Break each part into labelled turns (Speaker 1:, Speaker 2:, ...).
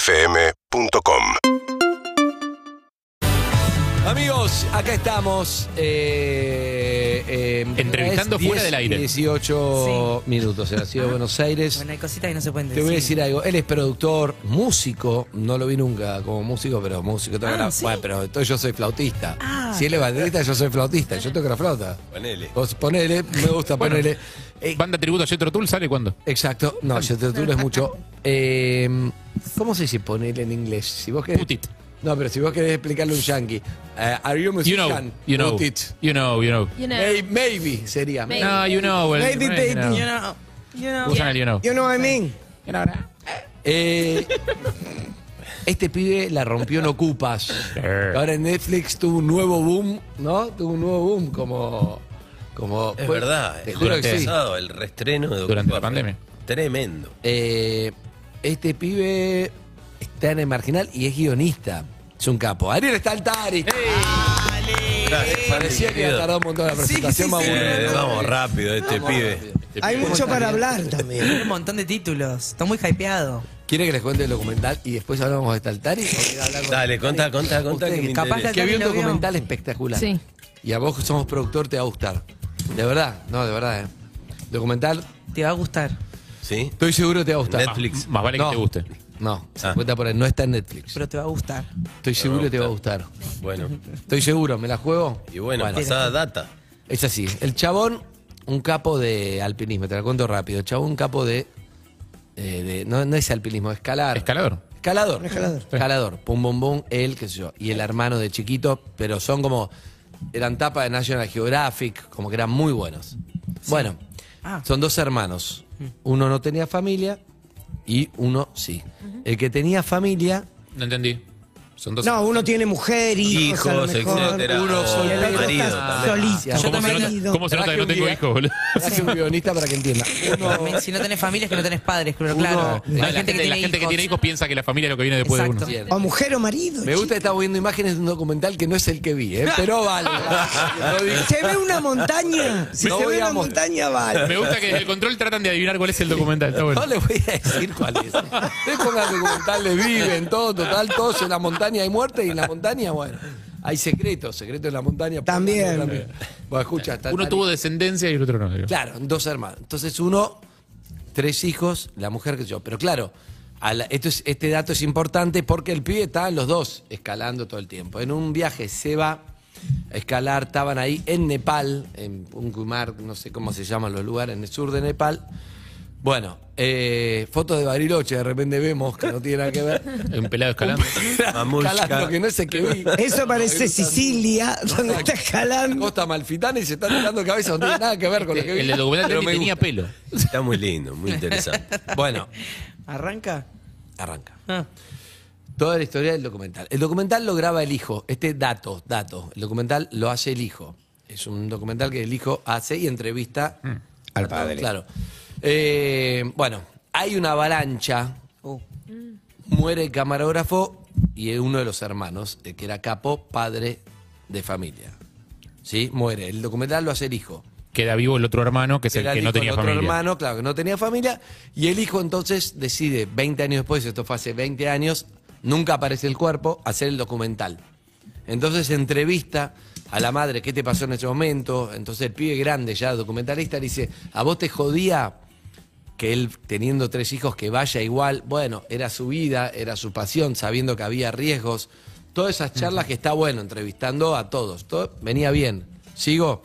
Speaker 1: UrbanaPlayFM.com
Speaker 2: Amigos, acá estamos. eh, eh,
Speaker 3: Entrevistando
Speaker 2: es
Speaker 3: fuera del aire.
Speaker 2: 18 minutos en la ciudad de Buenos Aires.
Speaker 4: Bueno, hay cositas que no se pueden
Speaker 2: Te
Speaker 4: decir.
Speaker 2: voy a decir algo. Él es productor, músico. No lo vi nunca como músico, pero músico. toca
Speaker 4: Ah,
Speaker 2: la-
Speaker 4: ¿sí?
Speaker 2: Bueno, pero entonces yo soy flautista.
Speaker 4: Ah.
Speaker 2: si él es baterista, yo soy flautista. Yo toco la flauta. Ponele. Vos ponele, me gusta
Speaker 3: Bueno.
Speaker 2: ponele. Eh,
Speaker 3: Banda tributo a Jethro Tull sale cuándo?
Speaker 2: exacto. No, yo te tú es mucho. Eh, ¿Cómo se dice ponele en inglés? Si vos querés.
Speaker 3: Put it.
Speaker 2: No, pero si vos querés explicarle a un yankee. eh, are you a
Speaker 3: You know,
Speaker 2: musician?
Speaker 3: you know,
Speaker 2: Put it.
Speaker 3: you know, you know.
Speaker 5: You know.
Speaker 2: May- maybe sería.
Speaker 5: Maybe.
Speaker 3: No, you know. el-
Speaker 2: Lady
Speaker 3: no,
Speaker 2: Day,
Speaker 3: no.
Speaker 4: You know, you know.
Speaker 3: Usan el you know. Ah,
Speaker 2: You know what I mean? Eh, este pibe la rompió en Ocupas.
Speaker 3: Eh.
Speaker 2: Ahora en Netflix tuvo un nuevo boom, ¿no? Tuvo un nuevo boom como. como
Speaker 6: Es
Speaker 2: fue-
Speaker 6: verdad,
Speaker 2: Te
Speaker 6: el
Speaker 2: juro
Speaker 6: año
Speaker 2: que sí.
Speaker 6: pasado, el reestreno de
Speaker 3: Durante la
Speaker 6: Ocupa,
Speaker 3: pandemia.
Speaker 6: Tremendo.
Speaker 2: Eh, este pibe está en el marginal y es guionista. Es un capo. Ariel Staltari.
Speaker 6: Gracias, Fabri,
Speaker 2: Parecía que había
Speaker 6: querido.
Speaker 2: tardado un montón la presentación. más
Speaker 6: Eh,
Speaker 2: aburrido.
Speaker 6: vamos rápido este pibe.
Speaker 7: Hay mucho para hablar
Speaker 4: Tiene
Speaker 7: también.
Speaker 4: un montón de títulos. Está muy hypeado.
Speaker 2: ¿Quiere que les cuente el documental y después hablamos de Staltari?
Speaker 6: Dale, contá, contá, contá
Speaker 2: Ustedes
Speaker 6: que me
Speaker 2: que
Speaker 4: capaz
Speaker 6: interesa.
Speaker 2: que había un
Speaker 4: También lo vio.
Speaker 2: documental espectacular.
Speaker 5: Sí.
Speaker 2: Y a vos que somos productor te va a gustar. De verdad, no, de verdad, eh. Documental,
Speaker 4: Te va a gustar.
Speaker 6: ¿Sí?
Speaker 2: estoy seguro te va a gustar. Ah.
Speaker 6: Netflix.
Speaker 3: Más vale
Speaker 2: No.
Speaker 3: que te guste.
Speaker 2: No, se
Speaker 6: Ah.
Speaker 2: cuenta por ahí, no está en Netflix.
Speaker 4: Pero te va a gustar.
Speaker 2: Estoy seguro te va a gustar.
Speaker 6: Bueno,
Speaker 2: Estoy seguro, ¿me la juego?
Speaker 6: y bueno, pasada data.
Speaker 2: Es así. El chabón, un capo de alpinismo, te la cuento rápido. El chabón, un capo de. eh, de- no, no es alpinismo, escalar.
Speaker 3: Escalador.
Speaker 2: Escalador.
Speaker 7: Escalador.
Speaker 2: Escalador. Pum, bum, bum, él, qué sé yo. Y el hermano de chiquito, pero son como. Eran tapa de National Geographic, como que eran muy buenos. Bueno,
Speaker 4: Ah.
Speaker 2: son dos hermanos. Uno no tenía familia y uno sí. El que tenía familia,
Speaker 3: No entendí. Son dos.
Speaker 7: No, uno tiene mujer, hijos, a lo
Speaker 6: Hijos,
Speaker 7: mejor.
Speaker 6: etcétera.
Speaker 2: Uno
Speaker 6: o
Speaker 2: soltero.
Speaker 6: marido
Speaker 7: Está
Speaker 6: también.
Speaker 7: solito.
Speaker 2: Yo
Speaker 3: ¿Cómo se
Speaker 4: también-
Speaker 3: nota, cómo se nota que no
Speaker 2: Traje un
Speaker 3: tengo
Speaker 2: día-
Speaker 3: hijos, boludo?
Speaker 2: hace un guionista para que entienda. Uno-
Speaker 4: También, si no tenés familia es que no tenés padres, pero claro.
Speaker 3: No, la gente, la gente que tiene hijos piensa que la familia es lo que viene después
Speaker 4: Exacto.
Speaker 3: de uno.
Speaker 2: Bien.
Speaker 7: O mujer o marido.
Speaker 2: Me gusta que estamos viendo imágenes de un documental que no es el que vi, ¿eh? pero vale. Lo
Speaker 7: chico.
Speaker 2: dije.
Speaker 7: ¿Se ve una montaña? Si
Speaker 2: No
Speaker 7: se
Speaker 2: voy
Speaker 7: ve
Speaker 2: a
Speaker 7: una
Speaker 2: mont-
Speaker 7: montaña,
Speaker 3: Me
Speaker 7: vale.
Speaker 3: gusta que desde el control tratan de adivinar cuál es el documental. Está bueno.
Speaker 2: No le voy a decir cuál es. Ustedes pongan documentales, viven, todo, total, todos en la montaña hay muerte y en la montaña, bueno, hay secretos, secretos en la montaña.
Speaker 7: También.
Speaker 2: Bueno, escucha, está-
Speaker 3: Uno
Speaker 2: está-
Speaker 3: tuvo descendencia y el otro no. digo.
Speaker 2: Claro, dos hermanos. Entonces uno, tres hijos, la mujer que yo. Pero claro, a la- esto es- este dato es importante porque el pibe estaba en los dos escalando todo el tiempo. En un viaje se va a escalar, estaban ahí en Nepal, en un kumar, no sé cómo se llaman los lugares, en el sur de Nepal. Bueno, eh, fotos de Bariloche, de repente vemos que no tiene nada que ver.
Speaker 3: Un pelado escalando.
Speaker 6: Mamushka.
Speaker 2: Escalando, que no sé qué vi.
Speaker 7: Eso parece Sicilia, donde está escalando.
Speaker 2: Costa Malfitana y se está tirando cabeza, no tiene nada que ver con lo que vi.
Speaker 3: Este, El del documental
Speaker 2: pero
Speaker 3: ni
Speaker 2: me
Speaker 3: tenía
Speaker 2: gusta.
Speaker 3: pelo.
Speaker 6: Está muy lindo, muy interesante.
Speaker 2: Bueno,
Speaker 4: ¿Arranca?
Speaker 2: arranca.
Speaker 4: Ah.
Speaker 2: Toda la historia del documental. El documental lo graba el hijo. Este dato, dato. El documental lo hace el hijo. Es un documental que el hijo hace y entrevista
Speaker 7: Mm. Al
Speaker 2: a todos,
Speaker 7: padre.
Speaker 2: Claro. Eh, bueno, hay una avalancha.
Speaker 4: Uh.
Speaker 2: Muere el camarógrafo y uno de los hermanos, eh, que era capo, padre de familia. ¿Sí? Muere. El documental lo hace el hijo.
Speaker 3: Queda vivo el otro hermano, que es el
Speaker 2: Era
Speaker 3: que no
Speaker 2: hijo del
Speaker 3: tenía
Speaker 2: otro
Speaker 3: familia.
Speaker 2: hermano, claro, que no tenía familia. Y el hijo entonces decide, 20 años después, esto fue hace 20 años, nunca aparece el cuerpo, hacer el documental. Entonces entrevista a la madre, ¿qué te pasó en ese momento? Entonces el pibe grande, ya documentalista, le dice, ¿a vos te jodía que él, teniendo tres hijos, que vaya igual? Bueno, era su vida, era su pasión, sabiendo que había riesgos. Todas esas charlas que está bueno, entrevistando a todos. Todo, venía bien. ¿Sigo?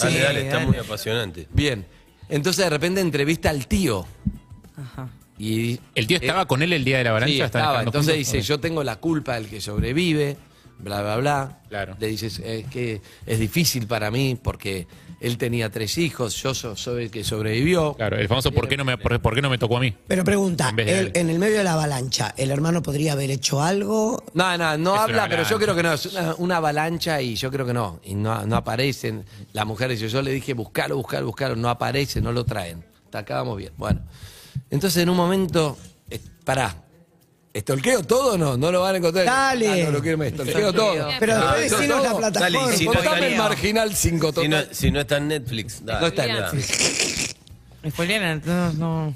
Speaker 6: Dale, dale, está
Speaker 4: dale.
Speaker 6: muy apasionante.
Speaker 2: Bien. Entonces de repente entrevista al tío.
Speaker 4: Ajá.
Speaker 2: Y
Speaker 3: ¿El tío estaba con él el día de la avalancha?
Speaker 2: Eh, Sí,
Speaker 3: ¿Estaban
Speaker 2: estaba.
Speaker 3: escalando
Speaker 2: Entonces
Speaker 3: juntos?
Speaker 2: dice, yo tengo la culpa del que sobrevive, bla, bla, bla.
Speaker 3: Claro.
Speaker 2: Le dices, es que es difícil para mí porque él tenía tres hijos, yo so- soy el que sobrevivió.
Speaker 3: Claro, el famoso ¿por qué no me, por, por qué no me tocó a mí?
Speaker 7: Pero pregunta,
Speaker 3: En vez de
Speaker 7: él-
Speaker 3: él.
Speaker 7: en el medio de la avalancha, ¿el hermano podría haber hecho algo?
Speaker 2: No, no, no
Speaker 3: Es una
Speaker 2: habla, pero yo
Speaker 3: avalancha.
Speaker 2: creo que no. Es una, una avalancha y yo creo que no. Y no, no aparecen. La mujer dice, yo le dije, buscalo, buscalo, buscalo. No aparece, no lo traen. Hasta acá vamos bien. Bueno. Entonces en un momento, eh, pará. ¿Estolqueo todo o no? No lo van a encontrar.
Speaker 7: Dale.
Speaker 2: Ah, no, lo quiero, me estolqueo todo.
Speaker 7: Pero
Speaker 2: Ah,
Speaker 7: después
Speaker 2: todo,
Speaker 7: decinos la
Speaker 2: todo.
Speaker 7: plataforma.
Speaker 6: Dale, y si no
Speaker 2: Contame
Speaker 6: está-
Speaker 2: el marginal 5
Speaker 6: Si no,
Speaker 2: total.
Speaker 6: si no está en Netflix, dale.
Speaker 2: No está en
Speaker 6: nada.
Speaker 2: Netflix.
Speaker 4: Spoilean, no, no.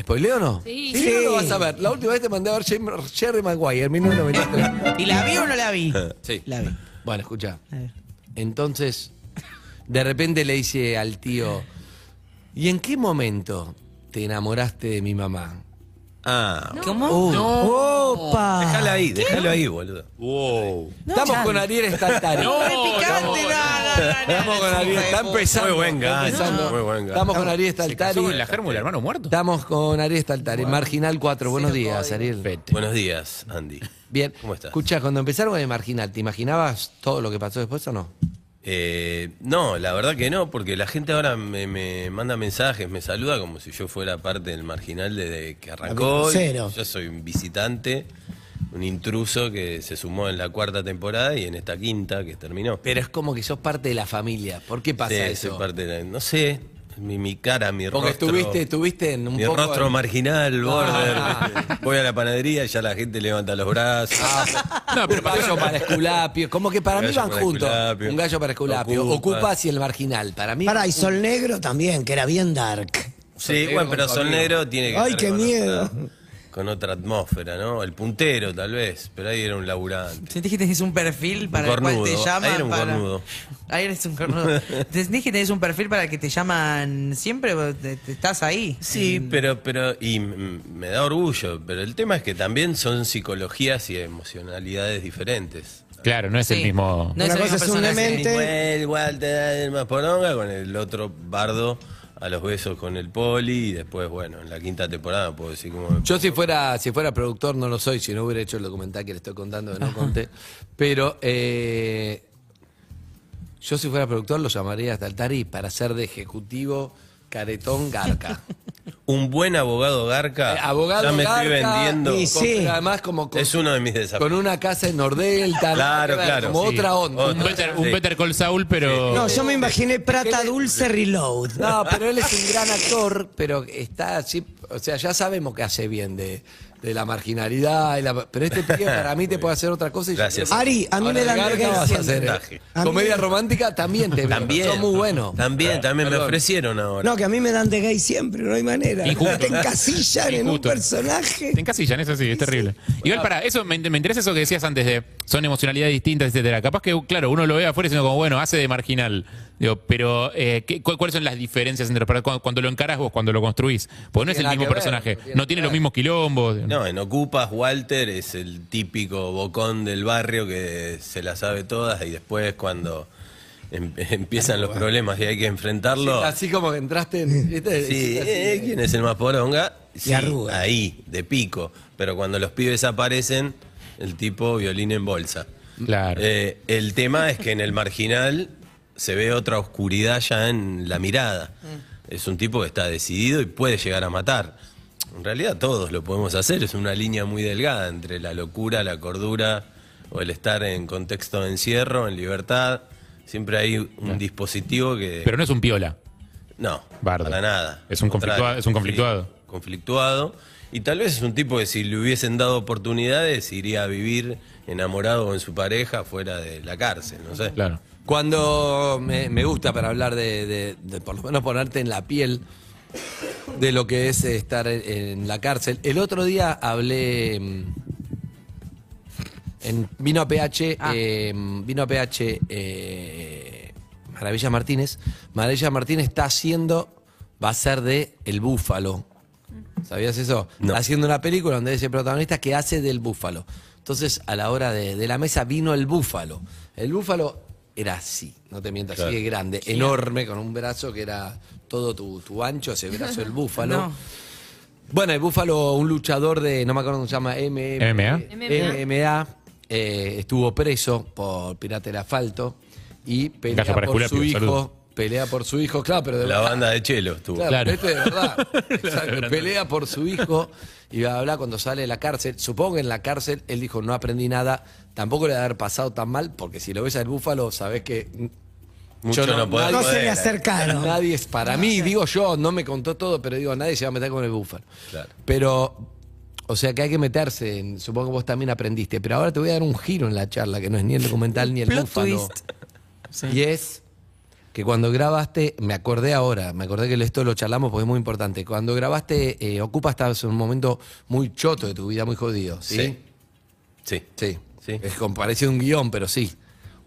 Speaker 2: ¿Spoileo o no?
Speaker 5: Sí.
Speaker 2: Si no lo vas a ver. La última vez te mandé a ver Jim- Jerry Maguire, 1993.
Speaker 4: ¿Y la vi o no la vi?
Speaker 2: sí.
Speaker 4: La vi.
Speaker 2: Bueno, escucha.
Speaker 4: A ver.
Speaker 2: Entonces, de repente le dice al tío, ¿y en qué momento te enamoraste de mi mamá?
Speaker 6: Ah,
Speaker 4: ¿Cómo?
Speaker 2: Ah.
Speaker 7: ¡Opa!
Speaker 6: déjalo ahí, déjalo ahí, boludo.
Speaker 3: Wow.
Speaker 2: Estamos con Ariel Estaltari.
Speaker 3: No,
Speaker 4: Re picante,
Speaker 3: no,
Speaker 4: nada,
Speaker 2: Estamos con Ariel, está empezando.
Speaker 6: Muy buen
Speaker 2: está
Speaker 6: gancho,
Speaker 2: empezando.
Speaker 6: muy buen gancho.
Speaker 2: Estamos con Ariel
Speaker 3: Se casó
Speaker 2: Estaltari.
Speaker 3: con la germo del hermano muerto.
Speaker 2: Estamos con Ariel Estaltari, Marginal 4. Buenos días, Ariel.
Speaker 6: Buenos días, Andy.
Speaker 2: Bien.
Speaker 6: ¿Cómo estás?
Speaker 2: Escucha, cuando empezaron con el Marginal, ¿te imaginabas todo lo que pasó después o no?
Speaker 6: Eh, no, la verdad que no, porque la gente ahora me, me manda mensajes, me saluda como si yo fuera parte del marginal desde que arrancó.
Speaker 7: Amigo cero.
Speaker 6: Yo soy un visitante, un intruso que se sumó en la cuarta temporada y en esta quinta que terminó.
Speaker 2: Pero es como que sos parte de la familia. ¿Por qué pasa
Speaker 6: Sí,
Speaker 2: eso?
Speaker 6: soy parte de la- no sé, mi, mi cara, mi
Speaker 2: Porque
Speaker 6: rostro.
Speaker 2: estuviste, estuviste en un
Speaker 6: mi
Speaker 2: poco
Speaker 6: rostro
Speaker 2: en-
Speaker 6: marginal, border.
Speaker 2: Ah.
Speaker 6: Voy a la panadería y ya la gente levanta los brazos.
Speaker 3: No, pero para
Speaker 2: gallo para Esculapio. Como que para mí
Speaker 6: Un gallo
Speaker 2: van
Speaker 6: para
Speaker 2: juntos.
Speaker 6: Esculapio.
Speaker 2: Un gallo para Esculapio.
Speaker 6: Ocupas.
Speaker 2: Ocupas y el marginal. Para mí.
Speaker 7: Pará, y Sol Negro también, que era bien dark.
Speaker 6: Sí, bueno, pero Sol Negro tiene que
Speaker 7: Ay,
Speaker 6: ver
Speaker 7: qué
Speaker 6: con
Speaker 7: miedo.
Speaker 6: otra- con otra atmósfera, ¿no? El puntero, tal vez, pero ahí era un laburante.
Speaker 4: ¿Sentís que tenés un perfil para el cual
Speaker 6: cornudo.
Speaker 4: te llaman?
Speaker 6: Ahí era un
Speaker 4: para...
Speaker 6: cornudo.
Speaker 4: Ahí eres un cornudo. ¿Sentís que tenés un perfil para el que te llaman siempre? o te- te- ¿Estás ahí?
Speaker 6: Sí, pero, pero, y mm, me da orgullo, pero el tema es que también son psicologías y emocionalidades diferentes.
Speaker 3: Claro, no es el
Speaker 4: Sí.
Speaker 3: mismo.
Speaker 4: No es
Speaker 7: Una
Speaker 4: el
Speaker 7: cosa
Speaker 4: mismo
Speaker 7: es un
Speaker 4: personaje.
Speaker 7: demente.
Speaker 6: El Walter el más poronga con el otro bardo a los besos con el poli y después, bueno, en la quinta temporada puedo decir como...
Speaker 2: Yo si fuera, si fuera productor no lo soy, si no hubiera hecho el documental que le estoy contando que no conté. Pero eh, yo si fuera productor lo llamaría hasta Altari para ser de ejecutivo caretón garca.
Speaker 6: Un buen abogado garca.
Speaker 2: Eh, abogado
Speaker 6: Ah, Ya me estoy
Speaker 2: garca,
Speaker 6: vendiendo.
Speaker 2: con-
Speaker 7: Y sí.
Speaker 2: pero además como con,
Speaker 6: Es uno de mis desafíos.
Speaker 2: con una casa en Nordelta. nada que
Speaker 6: Claro,
Speaker 2: ver,
Speaker 6: claro,
Speaker 2: Como
Speaker 6: sí.
Speaker 2: otra onda.
Speaker 6: Otra.
Speaker 3: Un Better, un
Speaker 6: Sí.
Speaker 3: Better Call Saul, pero.
Speaker 7: No, yo me imaginé Prata Dulce Reload.
Speaker 2: No, pero él es un gran actor, pero está así, o sea, ya sabemos que hace bien de, de la marginalidad, y la- pero este pibe para mí te puede hacer otra cosa. Y yo
Speaker 6: Gracias.
Speaker 2: creo-
Speaker 7: Ari, a mí
Speaker 2: Ahora,
Speaker 7: me
Speaker 2: Edgar,
Speaker 7: dan
Speaker 2: ¿qué vas a
Speaker 7: vergüenza.
Speaker 2: hacer? eh?
Speaker 6: Ventaje.
Speaker 7: A mí-
Speaker 2: Comedia romántica también te veo,
Speaker 6: También.
Speaker 2: sos muy bueno.
Speaker 6: También, también me
Speaker 2: Perdón.
Speaker 6: ofrecieron ahora.
Speaker 7: No, que a mí me dan de gay siempre, no hay manera.
Speaker 3: Injusto.
Speaker 7: Te encasillan en un
Speaker 3: Injusto.
Speaker 7: personaje.
Speaker 3: Te encasillan, es así, es terrible. Igual para, eso me, me interesa eso que decías antes de son emocionalidades distintas, etcétera. Capaz que, claro, uno lo ve afuera diciendo como, bueno, hace de marginal. Digo, pero eh, ¿qué- cu- ¿cuáles son las diferencias entre para- cuando, cuando lo encaras vos, cuando lo construís? Porque no es
Speaker 2: Tiene
Speaker 3: el
Speaker 2: nada
Speaker 3: mismo
Speaker 2: que ver,
Speaker 3: personaje,
Speaker 2: no tiene
Speaker 3: no tiene
Speaker 2: nada.
Speaker 3: los mismos quilombos. digo.
Speaker 6: No, en Ocupas Walter es el típico bocón del barrio que se la sabe todas y después cuando em- empiezan los problemas y hay que enfrentarlo.
Speaker 2: Así como que entraste en... ¿viste?
Speaker 6: Sí,
Speaker 2: Así.
Speaker 6: eh, ¿quién es el más poronga? Sí,
Speaker 7: arruga.
Speaker 6: ahí, de pico. Pero cuando los pibes aparecen, el tipo violín en bolsa.
Speaker 3: Claro.
Speaker 6: Eh, el tema es que en el marginal se ve otra oscuridad ya en la mirada. Es un tipo que está decidido y puede llegar a matar. En realidad todos lo podemos hacer, es una línea muy delgada entre la locura, la cordura o el estar en contexto de encierro, en libertad. Siempre hay un dispositivo que...
Speaker 3: Pero no es un piola.
Speaker 6: No,
Speaker 3: Bardo.
Speaker 6: para nada.
Speaker 3: Es un
Speaker 6: Al contrario.
Speaker 3: conflictua- es un conflictuado.
Speaker 6: Sí, conflictuado. Y tal vez es un tipo que si le hubiesen dado oportunidades iría a vivir enamorado con su pareja fuera de la cárcel, no sé.
Speaker 3: Claro.
Speaker 2: Cuando me, me gusta para hablar de, de- de por lo menos ponerte en la piel de lo que es eh, estar en, en la cárcel. El otro día hablé mm, en vino a PH,
Speaker 4: Ah.
Speaker 2: eh, vino a PH eh, Maravilla Martínez. Maravilla Martínez está haciendo, va a ser de El Búfalo. ¿Sabías eso?
Speaker 6: No.
Speaker 2: Está haciendo una película donde es el protagonista que hace del búfalo. Entonces, a la hora de, de la mesa vino el búfalo. El búfalo era así, no te mientas, así de grande, enorme, con un brazo que era todo tu, tu ancho, ese brazo del búfalo.
Speaker 4: No.
Speaker 2: Bueno, el búfalo, un luchador de, no me acuerdo cómo se llama, M-
Speaker 3: MMA.
Speaker 2: eh, MMA, eh, estuvo preso por Pirata del Asfalto y pelea
Speaker 3: Gallo para
Speaker 2: por su
Speaker 3: Esculapio,
Speaker 2: hijo.
Speaker 3: salud.
Speaker 2: Pelea por su hijo, claro, pero de
Speaker 6: La
Speaker 2: verdad.
Speaker 6: banda de Chelo estuvo.
Speaker 2: Claro,
Speaker 3: Claro.
Speaker 2: pero esto es de verdad. Exacto, Pelea por su hijo y va a hablar cuando sale de la cárcel. Supongo que en la cárcel él dijo, no aprendí nada, tampoco le va a haber pasado tan mal, porque si lo ves al búfalo, sabés que
Speaker 6: Mucho
Speaker 2: yo no-
Speaker 6: no podés
Speaker 2: no
Speaker 7: No se
Speaker 6: joder.
Speaker 7: le acercaron.
Speaker 2: nadie es para mí, digo yo, no me contó todo, pero digo, nadie se va a meter con el búfalo.
Speaker 6: Claro.
Speaker 2: Pero, o sea que hay que meterse, en- supongo que vos también aprendiste, pero ahora te voy a dar un giro en la charla, que no es ni el documental ni el
Speaker 4: Plot
Speaker 2: búfalo.
Speaker 4: twist.
Speaker 2: Y es que cuando grabaste, me acordé ahora, me acordé que esto lo charlamos porque es muy importante. Cuando grabaste eh, Ocupa estabas en un momento muy choto de tu vida, muy jodido, ¿sí?
Speaker 6: Sí. Sí.
Speaker 2: Sí.
Speaker 6: Sí.
Speaker 2: Es como parece un guión, pero sí.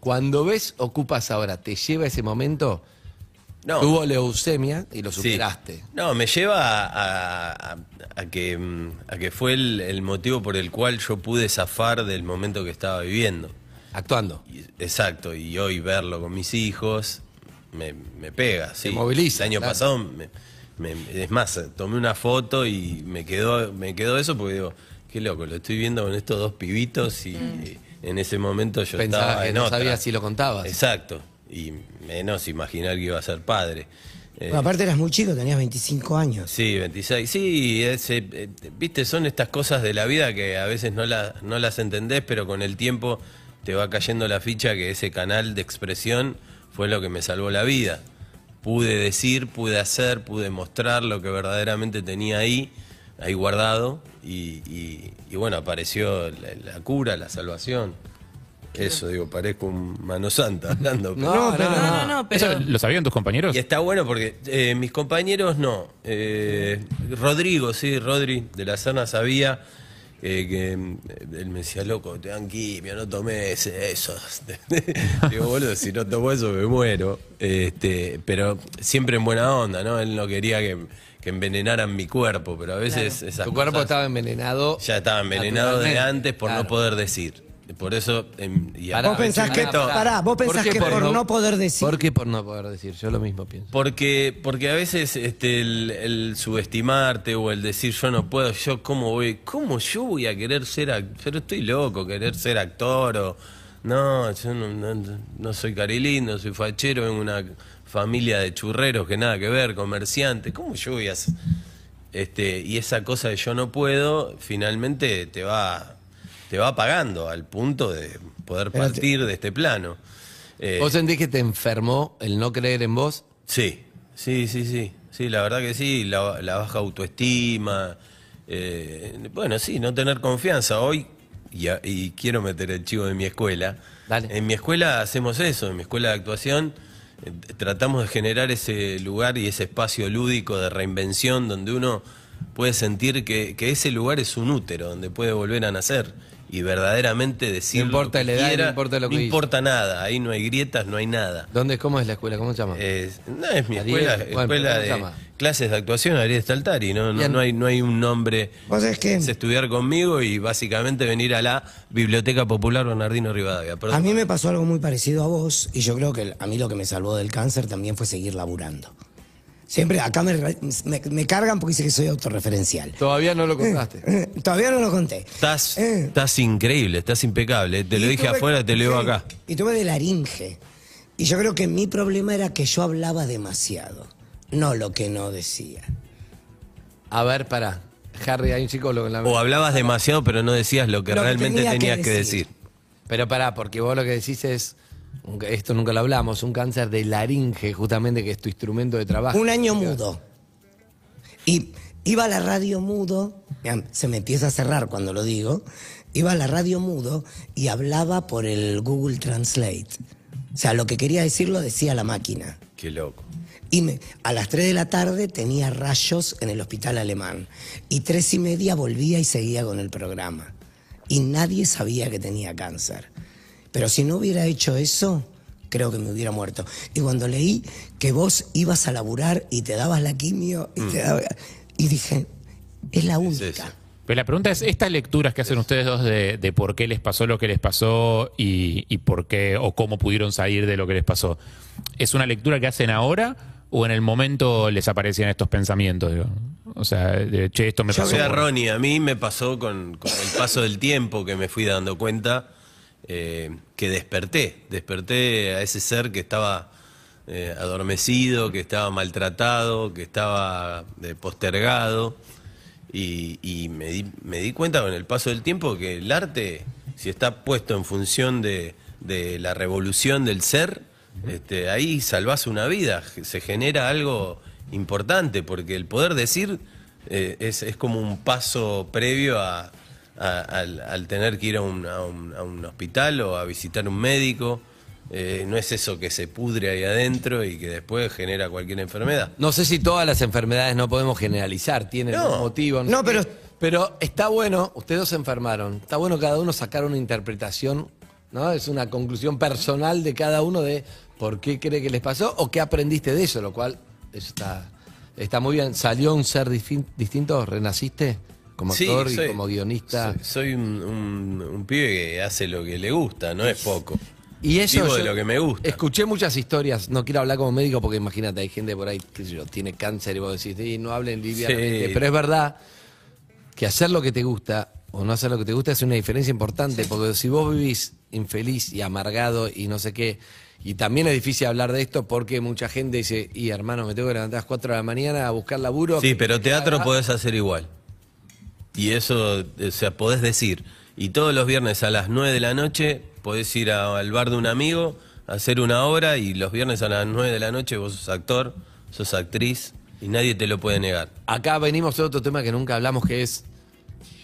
Speaker 2: Cuando ves Ocupas ahora, ¿te lleva ese momento?
Speaker 6: No.
Speaker 2: Tuvo leucemia y lo
Speaker 6: Sí.
Speaker 2: superaste.
Speaker 6: No, me lleva a, a- a que, mm, a que fue el, el motivo por el cual yo pude zafar del momento que estaba viviendo.
Speaker 2: Actuando.
Speaker 6: Y- exacto, y hoy verlo con mis hijos me, me pega. Sí.
Speaker 2: moviliza,
Speaker 6: El año
Speaker 2: claro.
Speaker 6: pasado, me- me- es más, eh, tomé una foto y me quedó, me quedó eso porque digo, qué loco, lo estoy viendo con estos dos pibitos y eh, en ese momento yo
Speaker 2: Mm. Pensaba
Speaker 6: estaba
Speaker 2: que
Speaker 6: en
Speaker 2: no
Speaker 6: otra.
Speaker 2: sabías si lo contabas.
Speaker 6: Exacto, y menos imaginar que iba a ser padre. Eh,
Speaker 7: Bueno, aparte eras muy chico, tenías 25 años.
Speaker 6: Sí, 26. Sí, es, eh, eh, viste, son estas cosas de la vida que a veces no, la- no las entendés, pero con el tiempo te va cayendo la ficha que ese canal de expresión fue lo que me salvó la vida. Pude decir, pude hacer, pude mostrar lo que verdaderamente tenía ahí, ahí guardado, y, y- y bueno, apareció la, la cura, la salvación. Eso, digo, parezco un mano santa hablando. pero-
Speaker 2: No, no,
Speaker 4: No, no, no, pero.
Speaker 3: Ah, ¿Eso lo sabían tus compañeros?
Speaker 6: y está bueno porque eh, mis compañeros no. Eh, Rodrigo, sí, Rodri de la Serna sabía eh, que mm, él me decía, loco, te dan quimio, no tomes eso. Digo, boludo, si no tomo eso me muero. Este, pero siempre en buena onda, ¿no? Él no quería que, que envenenaran mi cuerpo, pero a veces esas
Speaker 2: Tu cuerpo
Speaker 6: cosas-
Speaker 2: estaba envenenado.
Speaker 6: ya estaba envenenado de
Speaker 2: naturalmente.
Speaker 6: antes por
Speaker 2: Claro.
Speaker 6: no poder decir. Por eso... em, y a
Speaker 2: Pará,
Speaker 7: Vos pensás que-
Speaker 6: veces esto-
Speaker 7: pará, vos
Speaker 2: ¿Por
Speaker 7: pensás
Speaker 2: qué
Speaker 7: que por no poder decir?
Speaker 2: ¿Por qué por no poder decir? Yo lo mismo pienso.
Speaker 6: Porque, porque a veces este, el, el subestimarte o el decir yo no puedo, yo cómo voy, cómo yo voy a querer ser actor, pero estoy loco, querer ser actor o no, yo no, no- no soy carilindo, soy fachero, en una familia de churreros que nada que ver, comerciantes, ¿cómo yo voy a ser? Este, y esa cosa de yo no puedo, finalmente te va, te va pagando al punto de poder
Speaker 7: Pero te-
Speaker 6: partir de este plano. Eh,
Speaker 2: ¿Vos sentís que te enfermó el no creer en vos?
Speaker 6: Sí, sí, sí, sí. Sí, la verdad que sí, la, la baja autoestima. eh, bueno, sí, no tener confianza. Hoy, y, a- y quiero meter el chivo de mi escuela.
Speaker 2: Dale.
Speaker 6: En mi escuela hacemos eso, en mi escuela de actuación eh, tratamos de generar ese lugar y ese espacio lúdico de reinvención donde uno puede sentir que, que ese lugar es un útero, donde puede volver a nacer y verdaderamente decir...
Speaker 2: No importa
Speaker 6: lo que
Speaker 2: la edad, no
Speaker 6: quiera,
Speaker 2: importa lo que
Speaker 6: No
Speaker 2: hizo.
Speaker 6: importa nada, ahí no hay grietas, no hay nada.
Speaker 2: ¿Dónde, ¿Cómo es la escuela? ¿Cómo se llama?
Speaker 6: Es- no, es mi
Speaker 2: Ariel,
Speaker 6: escuela,
Speaker 2: bueno,
Speaker 6: escuela
Speaker 2: ¿cómo se
Speaker 6: de
Speaker 2: llama?
Speaker 6: clases de actuación, Ariel Staltari, no, no,
Speaker 2: Bien.
Speaker 6: no hay, no hay un nombre.
Speaker 7: Vos sabés que
Speaker 6: Es estudiar conmigo y básicamente venir a la Biblioteca Popular Bernardino Rivadavia. Perdón.
Speaker 7: a mí me pasó algo muy parecido a vos y yo creo que a mí lo que me salvó del cáncer también fue seguir laburando. Siempre acá me, re- me- me cargan porque dice que soy autorreferencial.
Speaker 2: Todavía no lo contaste.
Speaker 7: Todavía no lo conté.
Speaker 6: Estás,
Speaker 7: Eh.
Speaker 6: estás increíble, estás impecable. Te lo
Speaker 7: Y
Speaker 6: dije
Speaker 7: tuve-
Speaker 6: afuera, te lo digo
Speaker 7: sí,
Speaker 6: acá.
Speaker 7: Y tuve de laringe. Y yo creo que mi problema era que yo hablaba demasiado, no lo que no decía.
Speaker 2: A ver, pará. Harry, hay un psicólogo en la
Speaker 6: O hablabas demasiado, pero no decías lo que
Speaker 7: Lo que
Speaker 6: realmente
Speaker 7: tenía que
Speaker 6: tenías que
Speaker 7: decir.
Speaker 6: decir.
Speaker 2: Pero pará, porque vos lo que decís es, aunque esto nunca lo hablamos, un cáncer de laringe, justamente, que es tu instrumento de trabajo.
Speaker 7: Un año mudo. Y iba a la radio mudo, mirá, se me empieza a cerrar cuando lo digo, iba a la radio mudo y hablaba por el Google Translate. O sea, lo que quería decir lo decía la máquina.
Speaker 6: Qué loco.
Speaker 7: Y me- a las 3 de la tarde tenía rayos en el hospital alemán. Y tres y media volvía y seguía con el programa. Y nadie sabía que tenía cáncer. Pero si no hubiera hecho eso, creo que me hubiera muerto. Y cuando leí que vos ibas a laburar y te dabas la quimio, y, te daba- y dije, es la única.
Speaker 6: eso.
Speaker 3: Pero la pregunta es, estas lecturas que hacen ustedes dos de, de por qué les pasó lo que les pasó y, y por qué o cómo pudieron salir de lo que les pasó, ¿es una lectura que hacen ahora o en el momento les aparecían estos pensamientos? digo? O sea, de, che, esto me
Speaker 6: Yo
Speaker 3: pasó.
Speaker 6: soy a
Speaker 3: por-
Speaker 6: Ronnie, a mí me pasó con, con el paso del tiempo que me fui dando cuenta eh, que desperté, desperté a ese ser que estaba eh, adormecido, que estaba maltratado, que estaba eh, postergado y, y me, di, me di cuenta con el paso del tiempo que el arte, si está puesto en función de, de la revolución del ser, este, ahí salvás una vida, ge- se genera algo importante, porque el poder decir eh, es, es como un paso previo a, a- al, al tener que ir a un, a un- a un hospital o a visitar un médico. Eh, no es eso que se pudre ahí adentro y que después genera cualquier enfermedad.
Speaker 2: No sé si todas las enfermedades no podemos generalizar, tienen
Speaker 6: No.
Speaker 2: un motivo.
Speaker 7: No,
Speaker 2: sé
Speaker 7: pero-
Speaker 2: qué. pero está bueno, ustedes dos se enfermaron, está bueno cada uno sacar una interpretación, ¿no? Es una conclusión personal de cada uno de por qué cree que les pasó o qué aprendiste de eso, lo cual eso está, está muy bien. ¿Salió un ser distin- distinto? ¿Renaciste como
Speaker 6: Sí,
Speaker 2: actor
Speaker 6: soy-
Speaker 2: y como guionista?
Speaker 6: Soy, soy un, un- un pibe que hace lo que le gusta, no es poco.
Speaker 2: Y eso
Speaker 6: Vivo de
Speaker 2: yo
Speaker 6: lo que me gusta.
Speaker 2: Escuché muchas historias, no quiero hablar como médico porque imagínate, hay gente por ahí que tiene cáncer y vos decís, "Sí, no hablen livianamente,
Speaker 6: Sí.
Speaker 2: pero es verdad que hacer lo que te gusta o no hacer lo que te gusta es una diferencia importante, porque si vos vivís infeliz y amargado y no sé qué, y también es difícil hablar de esto porque mucha gente dice, y hermano, me tengo que levantar a las 4 de la mañana a buscar laburo. Ah,
Speaker 6: Sí,
Speaker 2: que-
Speaker 6: pero
Speaker 2: que
Speaker 6: teatro
Speaker 2: haga".
Speaker 6: podés hacer igual. Y eso, o sea, podés decir. Y todos los viernes a las 9 de la noche podés ir a- al bar de un amigo, a hacer una obra y los viernes a las 9 de la noche vos sos actor, sos actriz y nadie te lo puede negar.
Speaker 2: Acá venimos a otro tema que nunca hablamos, que es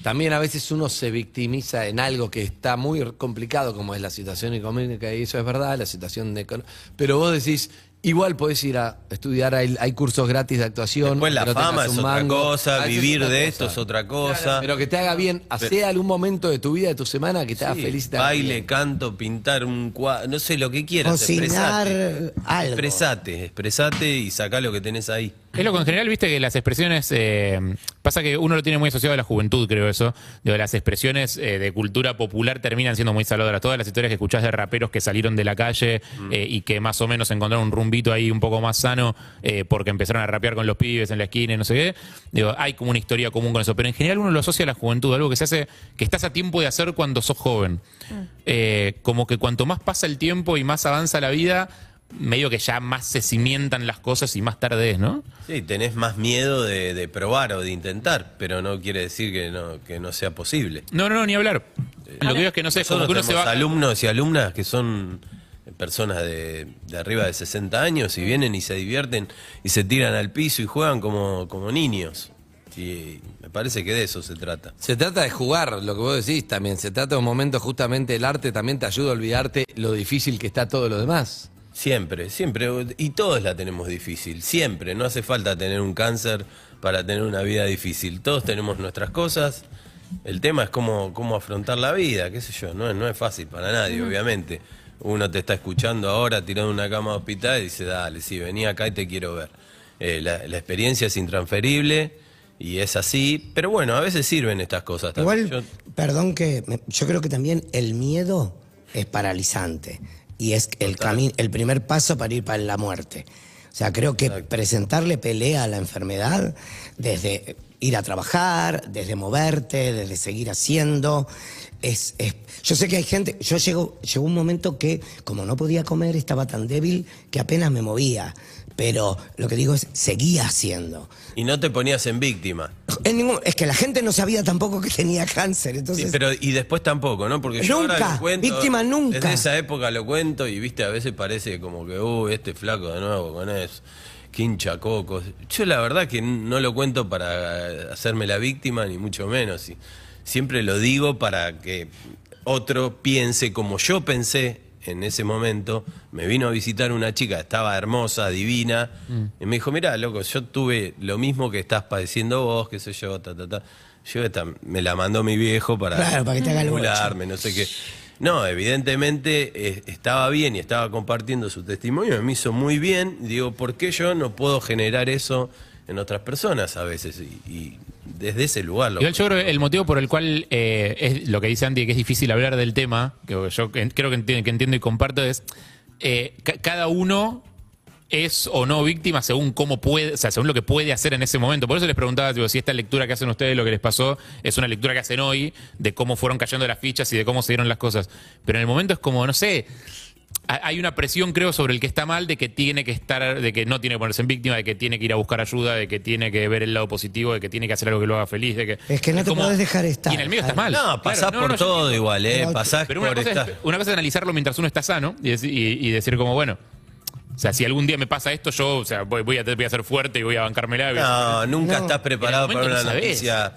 Speaker 2: también a veces uno se victimiza en algo que está muy complicado, como es la situación económica, y eso es verdad, la situación de... econo- Pero vos decís, igual podés ir a estudiar, hay, hay cursos gratis de actuación.
Speaker 6: Después la
Speaker 2: que no
Speaker 6: fama
Speaker 2: tengas
Speaker 6: es
Speaker 2: un
Speaker 6: otra
Speaker 2: mango.
Speaker 6: cosa,
Speaker 2: Ah, eso es
Speaker 6: vivir
Speaker 2: otra
Speaker 6: de
Speaker 2: cosa.
Speaker 6: esto es otra cosa.
Speaker 2: Pero que te haga bien, hacer algún momento de tu vida, de tu semana, que te haga
Speaker 6: Sí,
Speaker 2: feliz también.
Speaker 6: baile, canto, pintar un cuadro, no sé, lo que quieras.
Speaker 7: Cocinar
Speaker 6: expresate.
Speaker 7: algo.
Speaker 6: Expresate, expresate y sacá lo que tenés ahí.
Speaker 3: Es lo que en general, viste, que las expresiones. eh, pasa que uno lo tiene muy asociado a la juventud, creo eso. Digo, las expresiones eh, de cultura popular terminan siendo muy saludadoras. Todas las historias que escuchás de raperos que salieron de la calle eh, y que más o menos encontraron un rumbito ahí un poco más sano eh, porque empezaron a rapear con los pibes en la esquina y no sé qué. Digo, hay como una historia común con eso. Pero en general uno lo asocia a la juventud, algo que se hace, que estás a tiempo de hacer cuando sos joven. Eh, como que cuanto más pasa el tiempo y más avanza la vida. Medio que ya más se cimientan las cosas y más tarde es, ¿no?
Speaker 6: Sí, tenés más miedo de, de probar o de intentar, pero no quiere decir que no, que no sea posible.
Speaker 3: No, no, no, ni hablar. Lo que digo es que no sé, es como
Speaker 6: Eh, Nosotros
Speaker 3: que uno se
Speaker 6: tenemos
Speaker 3: va.
Speaker 6: alumnos y alumnas que son personas de, de arriba de 60 años y vienen y se divierten y se tiran al piso y juegan como, como niños. Y me parece que de eso se trata.
Speaker 2: Se trata de jugar, lo que vos decís también. Se trata de un momento, justamente el arte también te ayuda a olvidarte lo difícil que está todo lo demás.
Speaker 6: Siempre, siempre. Y todos la tenemos difícil, siempre. No hace falta tener un cáncer para tener una vida difícil. Todos tenemos nuestras cosas. El tema es cómo, cómo afrontar la vida, qué sé yo. No es, no es fácil para nadie, obviamente. Uno te está escuchando ahora tirado en una cama de hospital y dice, dale, sí, vení acá y te quiero ver. Eh, la, la experiencia es intransferible y es así. Pero bueno, a veces sirven estas cosas también.
Speaker 7: Igual, perdón que me- yo creo que también el miedo es paralizante y es el cami- el primer paso para ir para la muerte. O sea, creo que presentarle pelea a la enfermedad desde ir a trabajar, desde moverte, desde seguir haciendo. Es, es- yo sé que hay gente, yo llego, llegó un momento que como no podía comer, estaba tan débil que apenas me movía. Pero lo que digo es, seguía haciendo.
Speaker 6: Y no te ponías en víctima.
Speaker 7: En ningún- es que la gente no sabía tampoco que tenía cáncer,
Speaker 6: Sí,
Speaker 7: entonces...
Speaker 6: pero y después tampoco, ¿no? Porque yo ahora
Speaker 7: Nunca,
Speaker 6: lo cuento,
Speaker 7: víctima nunca.
Speaker 6: Desde esa época lo cuento y viste, a veces parece como que, uh, este flaco de nuevo con eso, quincha cocos. Yo la verdad que n- no lo cuento para eh, hacerme la víctima, ni mucho menos. Y siempre lo digo para que otro piense como yo pensé en ese momento. Me vino a visitar una chica, estaba hermosa, divina,
Speaker 7: Mm.
Speaker 6: y me dijo, mira, loco, yo tuve lo mismo que estás padeciendo vos, qué sé yo, ta, ta, ta. Yo esta- me la mandó mi viejo para
Speaker 7: Claro, para que te haga el bocho.
Speaker 6: manipularme, no sé qué. No, evidentemente eh, estaba bien y estaba compartiendo su testimonio, me hizo muy bien. Digo, ¿por qué yo no puedo generar eso en otras personas a veces? Y, y desde ese lugar lo
Speaker 3: Igual yo creo que el motivo por el cual eh, es lo que dice Andy, que es difícil hablar del tema, que yo que- creo que entiendo, que entiendo y comparto, es eh, ca- cada uno es o no víctima según cómo puede, o sea, según lo que puede hacer en ese momento. Por eso les preguntaba tipo, si esta lectura que hacen ustedes, lo que les pasó, es una lectura que hacen hoy, de cómo fueron cayendo las fichas y de cómo se dieron las cosas. Pero en el momento es como, no sé, ha- hay una presión, creo, sobre el que está mal, de que tiene que estar, de que no tiene que ponerse en víctima, de que tiene que ir a buscar ayuda, de que tiene que ver el lado positivo, de que tiene que hacer algo que lo haga feliz, de que.
Speaker 7: Es que no te podés dejar estar.
Speaker 3: Y en el medio estás mal.
Speaker 6: No, pasás
Speaker 3: Claro, no,
Speaker 6: por
Speaker 3: no, yo-
Speaker 6: todo igual, ¿eh?
Speaker 7: Pero-
Speaker 6: Pasás
Speaker 3: Pero una
Speaker 6: por
Speaker 3: cosa, es,
Speaker 6: estar.
Speaker 3: una cosa es analizarlo mientras uno está sano y, deci- y- y decir como, bueno, O sea, si algún día me pasa esto, yo o sea, voy, voy a, voy a ser fuerte y voy a bancármela. y voy a-
Speaker 6: No, nunca estás preparado
Speaker 3: En el
Speaker 6: para
Speaker 3: momento
Speaker 6: una
Speaker 3: no sabés.
Speaker 6: noticia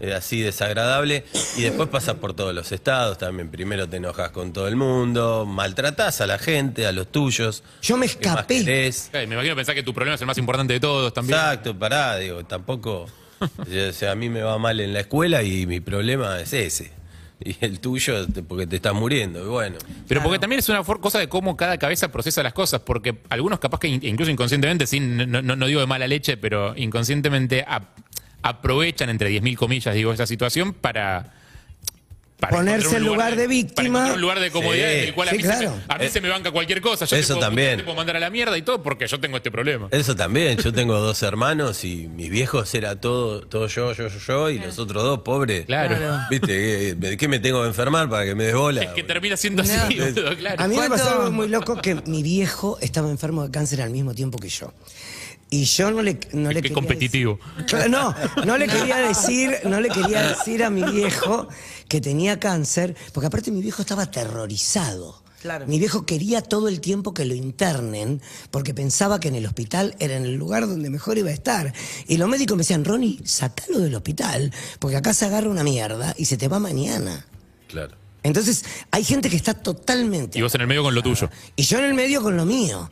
Speaker 6: eh, así desagradable. Y después pasas por todos los estados también. Primero te enojas con todo el mundo, maltratás a la gente, a los tuyos.
Speaker 7: Yo me
Speaker 6: ¿Qué más
Speaker 7: escapé.
Speaker 6: querés?
Speaker 3: Eh, me imagino pensar que tu problema es el más importante de todos también.
Speaker 6: Exacto, pará, digo, tampoco. O sea, a mí me va mal en la escuela y mi problema es ese. Y el tuyo, te- porque te estás muriendo. Y bueno,
Speaker 3: Pero porque también es una for- cosa de cómo cada cabeza procesa las cosas, porque algunos capaz que in- incluso inconscientemente, sin, no, no- no digo de mala leche, pero inconscientemente ap- aprovechan, entre 10.000 comillas, digo, esa situación para... para
Speaker 7: Ponerse
Speaker 3: encontrar un
Speaker 7: en lugar de
Speaker 3: para
Speaker 7: víctima.
Speaker 3: encontrar un lugar de comodidad
Speaker 6: Sí.
Speaker 3: en el cual a
Speaker 7: Sí,
Speaker 3: mí, se,
Speaker 7: claro.
Speaker 3: me, a mí
Speaker 6: Eh,
Speaker 3: se me banca cualquier cosa. Yo te
Speaker 6: eso
Speaker 3: puedo-
Speaker 6: también.
Speaker 3: yo te puedo mandar a la mierda y todo porque yo tengo este problema.
Speaker 6: Eso también, yo tengo dos hermanos y mis viejos era todo, todo yo, yo, yo, yo, y los otros dos, pobres.
Speaker 3: Claro.
Speaker 6: ¿Viste? ¿De qué me tengo que enfermar para que me des bola?
Speaker 3: Es que termina siendo así,
Speaker 6: No.
Speaker 3: boludo, claro.
Speaker 7: A mí me
Speaker 4: ¿Cuánto?
Speaker 7: pasó algo muy loco que mi viejo estaba enfermo de cáncer al mismo tiempo que yo. Y yo no le, no le
Speaker 3: Qué
Speaker 7: quería
Speaker 3: competitivo.
Speaker 7: decir- Claro, no, no le quería decir, no le quería decir a mi viejo que tenía cáncer, porque aparte mi viejo estaba aterrorizado.
Speaker 4: Claro.
Speaker 7: Mi viejo quería todo el tiempo que lo internen porque pensaba que en el hospital era en el lugar donde mejor iba a estar. Y los médicos me decían, Ronnie, sacalo del hospital porque acá se agarra una mierda y se te va mañana.
Speaker 6: Claro.
Speaker 7: Entonces, hay gente que está totalmente
Speaker 3: Y vos en el medio con lo tuyo.
Speaker 7: y yo en el medio con lo mío.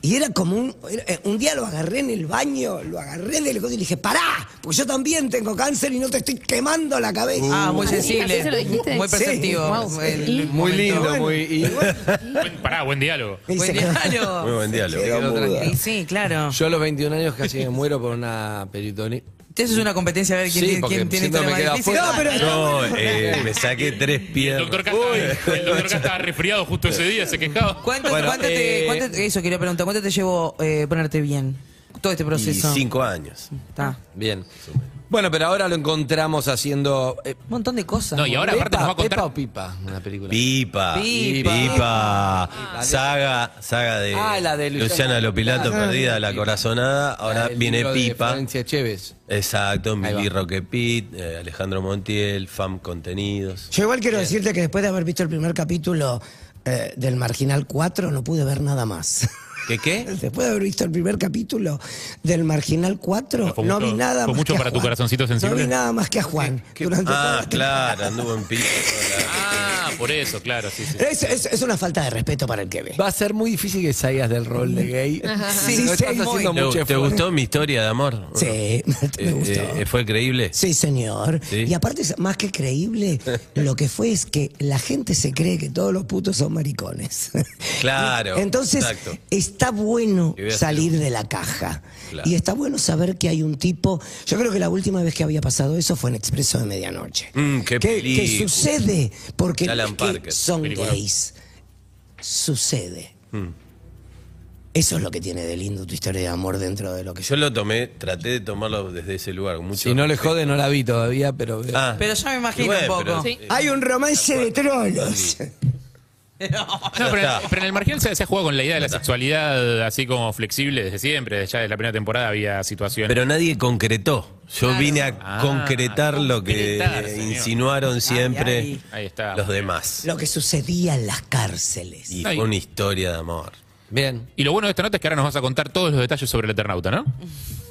Speaker 7: Y era como un. era- eh, un día lo agarré en el baño, lo agarré del coche y le dije, ¡pará! Porque yo también tengo cáncer y no te estoy quemando la cabeza.
Speaker 4: Ah, muy
Speaker 5: Así-
Speaker 4: sensible.
Speaker 5: así se lo dijiste.
Speaker 4: Muy
Speaker 5: Sí.
Speaker 4: perceptivo.
Speaker 5: Wow.
Speaker 4: El- el
Speaker 5: Y-
Speaker 2: Muy
Speaker 4: momento.
Speaker 2: lindo, muy. y-
Speaker 3: Buen- pará, buen diálogo.
Speaker 7: Me
Speaker 4: Buen
Speaker 7: dice,
Speaker 4: día.
Speaker 6: Muy buen diálogo.
Speaker 2: quedó tranquilo.
Speaker 4: Y Sí, claro.
Speaker 2: Yo a los 21 años casi me muero por una peritonitis.
Speaker 4: Eso es una competencia a ver quién,
Speaker 2: Sí,
Speaker 4: tiene-
Speaker 2: porque
Speaker 4: quién tiene
Speaker 2: siempre
Speaker 4: historia
Speaker 2: me queda
Speaker 4: más difícil.
Speaker 2: fuera.
Speaker 4: No, pero
Speaker 6: No, eh, me saqué tres
Speaker 3: El
Speaker 6: piernas.
Speaker 3: doctor K estaba- el doctor K estaba resfriado justo ese día, se quejaba.
Speaker 4: ¿cuánto,
Speaker 6: Bueno,
Speaker 4: cuánto te,
Speaker 6: eh,
Speaker 4: cuánto te- eso quería preguntar, ¿cuánto te llevó eh, ponerte bien? Todo este
Speaker 6: Y
Speaker 4: proceso.
Speaker 6: cinco años.
Speaker 4: Está.
Speaker 2: Bien. Bueno, pero ahora lo encontramos haciendo. eh,
Speaker 4: Un montón de cosas.
Speaker 3: No, y
Speaker 4: boludo.
Speaker 3: ahora aparte nos va a contar.
Speaker 2: Pepa o Pipa, una película.
Speaker 6: Pipa.
Speaker 4: Pipa.
Speaker 6: Pipa. Saga, saga de,
Speaker 2: Ah, la de Luciana
Speaker 6: Luciana Lopilato,
Speaker 2: Lopilato.
Speaker 6: perdida la corazonada. Ahora
Speaker 2: El
Speaker 6: viene
Speaker 2: libro de
Speaker 6: Pipa.
Speaker 2: Florencia Chévez.
Speaker 6: Exacto, Mili
Speaker 2: va.
Speaker 6: Roquepit, eh, Alejandro Montiel, FAM Contenidos.
Speaker 7: Yo igual quiero decirte que después de haber visto el primer capítulo eh, del Marginal 4, no pude ver nada más.
Speaker 6: ¿Qué qué?
Speaker 7: Después de haber visto el primer capítulo del Marginal 4,
Speaker 3: No, Ah, fue
Speaker 7: no, vi
Speaker 3: mucho-
Speaker 7: nada
Speaker 3: fue
Speaker 7: más
Speaker 3: mucho
Speaker 7: que a
Speaker 3: para tu
Speaker 7: Juan.
Speaker 3: corazoncito sensible.
Speaker 7: No vi nada más que a Juan. durante toda
Speaker 6: Ah,
Speaker 7: la temporada.
Speaker 6: claro, anduvo en Pipa.
Speaker 3: Ah, por eso, claro, sí, sí.
Speaker 7: Es, es- es una falta de respeto para el que ve.
Speaker 2: Va a ser muy difícil que salgas del rol de gay.
Speaker 7: Sí,
Speaker 2: no
Speaker 7: sí,
Speaker 2: estás
Speaker 7: muy.
Speaker 2: haciendo
Speaker 6: ¿Te,
Speaker 2: mucho
Speaker 6: te
Speaker 2: esfuerzo.
Speaker 6: gustó mi historia de amor?
Speaker 7: Sí,
Speaker 6: Eh,
Speaker 7: me gustó.
Speaker 6: eh, ¿Fue creíble?
Speaker 7: Sí, señor.
Speaker 6: Sí.
Speaker 7: Y aparte, es más que creíble, lo que fue es que la gente se cree que todos los putos son maricones.
Speaker 6: Claro,
Speaker 7: Entonces,
Speaker 6: exacto.
Speaker 7: está bueno
Speaker 6: Y voy a hacer
Speaker 7: salir de la caja.
Speaker 6: Claro.
Speaker 7: Y está bueno saber que hay un tipo. Yo creo que la última vez que había pasado eso fue en Expreso de Medianoche.
Speaker 6: Mm, qué
Speaker 7: que,
Speaker 6: película.
Speaker 7: que sucede porque no
Speaker 6: Alan
Speaker 7: es que
Speaker 6: Parker,
Speaker 7: son
Speaker 3: película.
Speaker 7: gays. Sucede.
Speaker 6: Mm.
Speaker 7: Eso es lo que tiene de lindo tu historia de amor dentro de lo que yo.
Speaker 6: Yo lo tomé, traté de tomarlo desde ese lugar. con Mucho
Speaker 2: Si no le
Speaker 6: respeto.
Speaker 2: jode, no la vi todavía, pero.
Speaker 6: Ah.
Speaker 4: Pero ya me imagino
Speaker 6: Y bueno,
Speaker 4: un poco.
Speaker 6: pero-
Speaker 3: Eh,
Speaker 5: Sí.
Speaker 7: Hay un romance de trolos.
Speaker 3: No, pero, en- pero en el marginal se, se ha jugado con la idea de la sexualidad así como flexible desde siempre. Ya desde la primera temporada había situaciones.
Speaker 6: Pero nadie concretó. Yo vine a
Speaker 3: Ah,
Speaker 6: concretar lo que
Speaker 3: concretar,
Speaker 6: eh,
Speaker 3: señor.
Speaker 6: insinuaron siempre
Speaker 4: ay.
Speaker 3: Ahí está.
Speaker 6: los demás.
Speaker 7: Lo que sucedía en las cárceles.
Speaker 6: Y
Speaker 3: No, y-
Speaker 6: fue una historia de amor.
Speaker 2: Bien.
Speaker 3: y lo bueno de esta nota es que ahora nos vas a contar todos los detalles sobre el Eternauta, ¿no?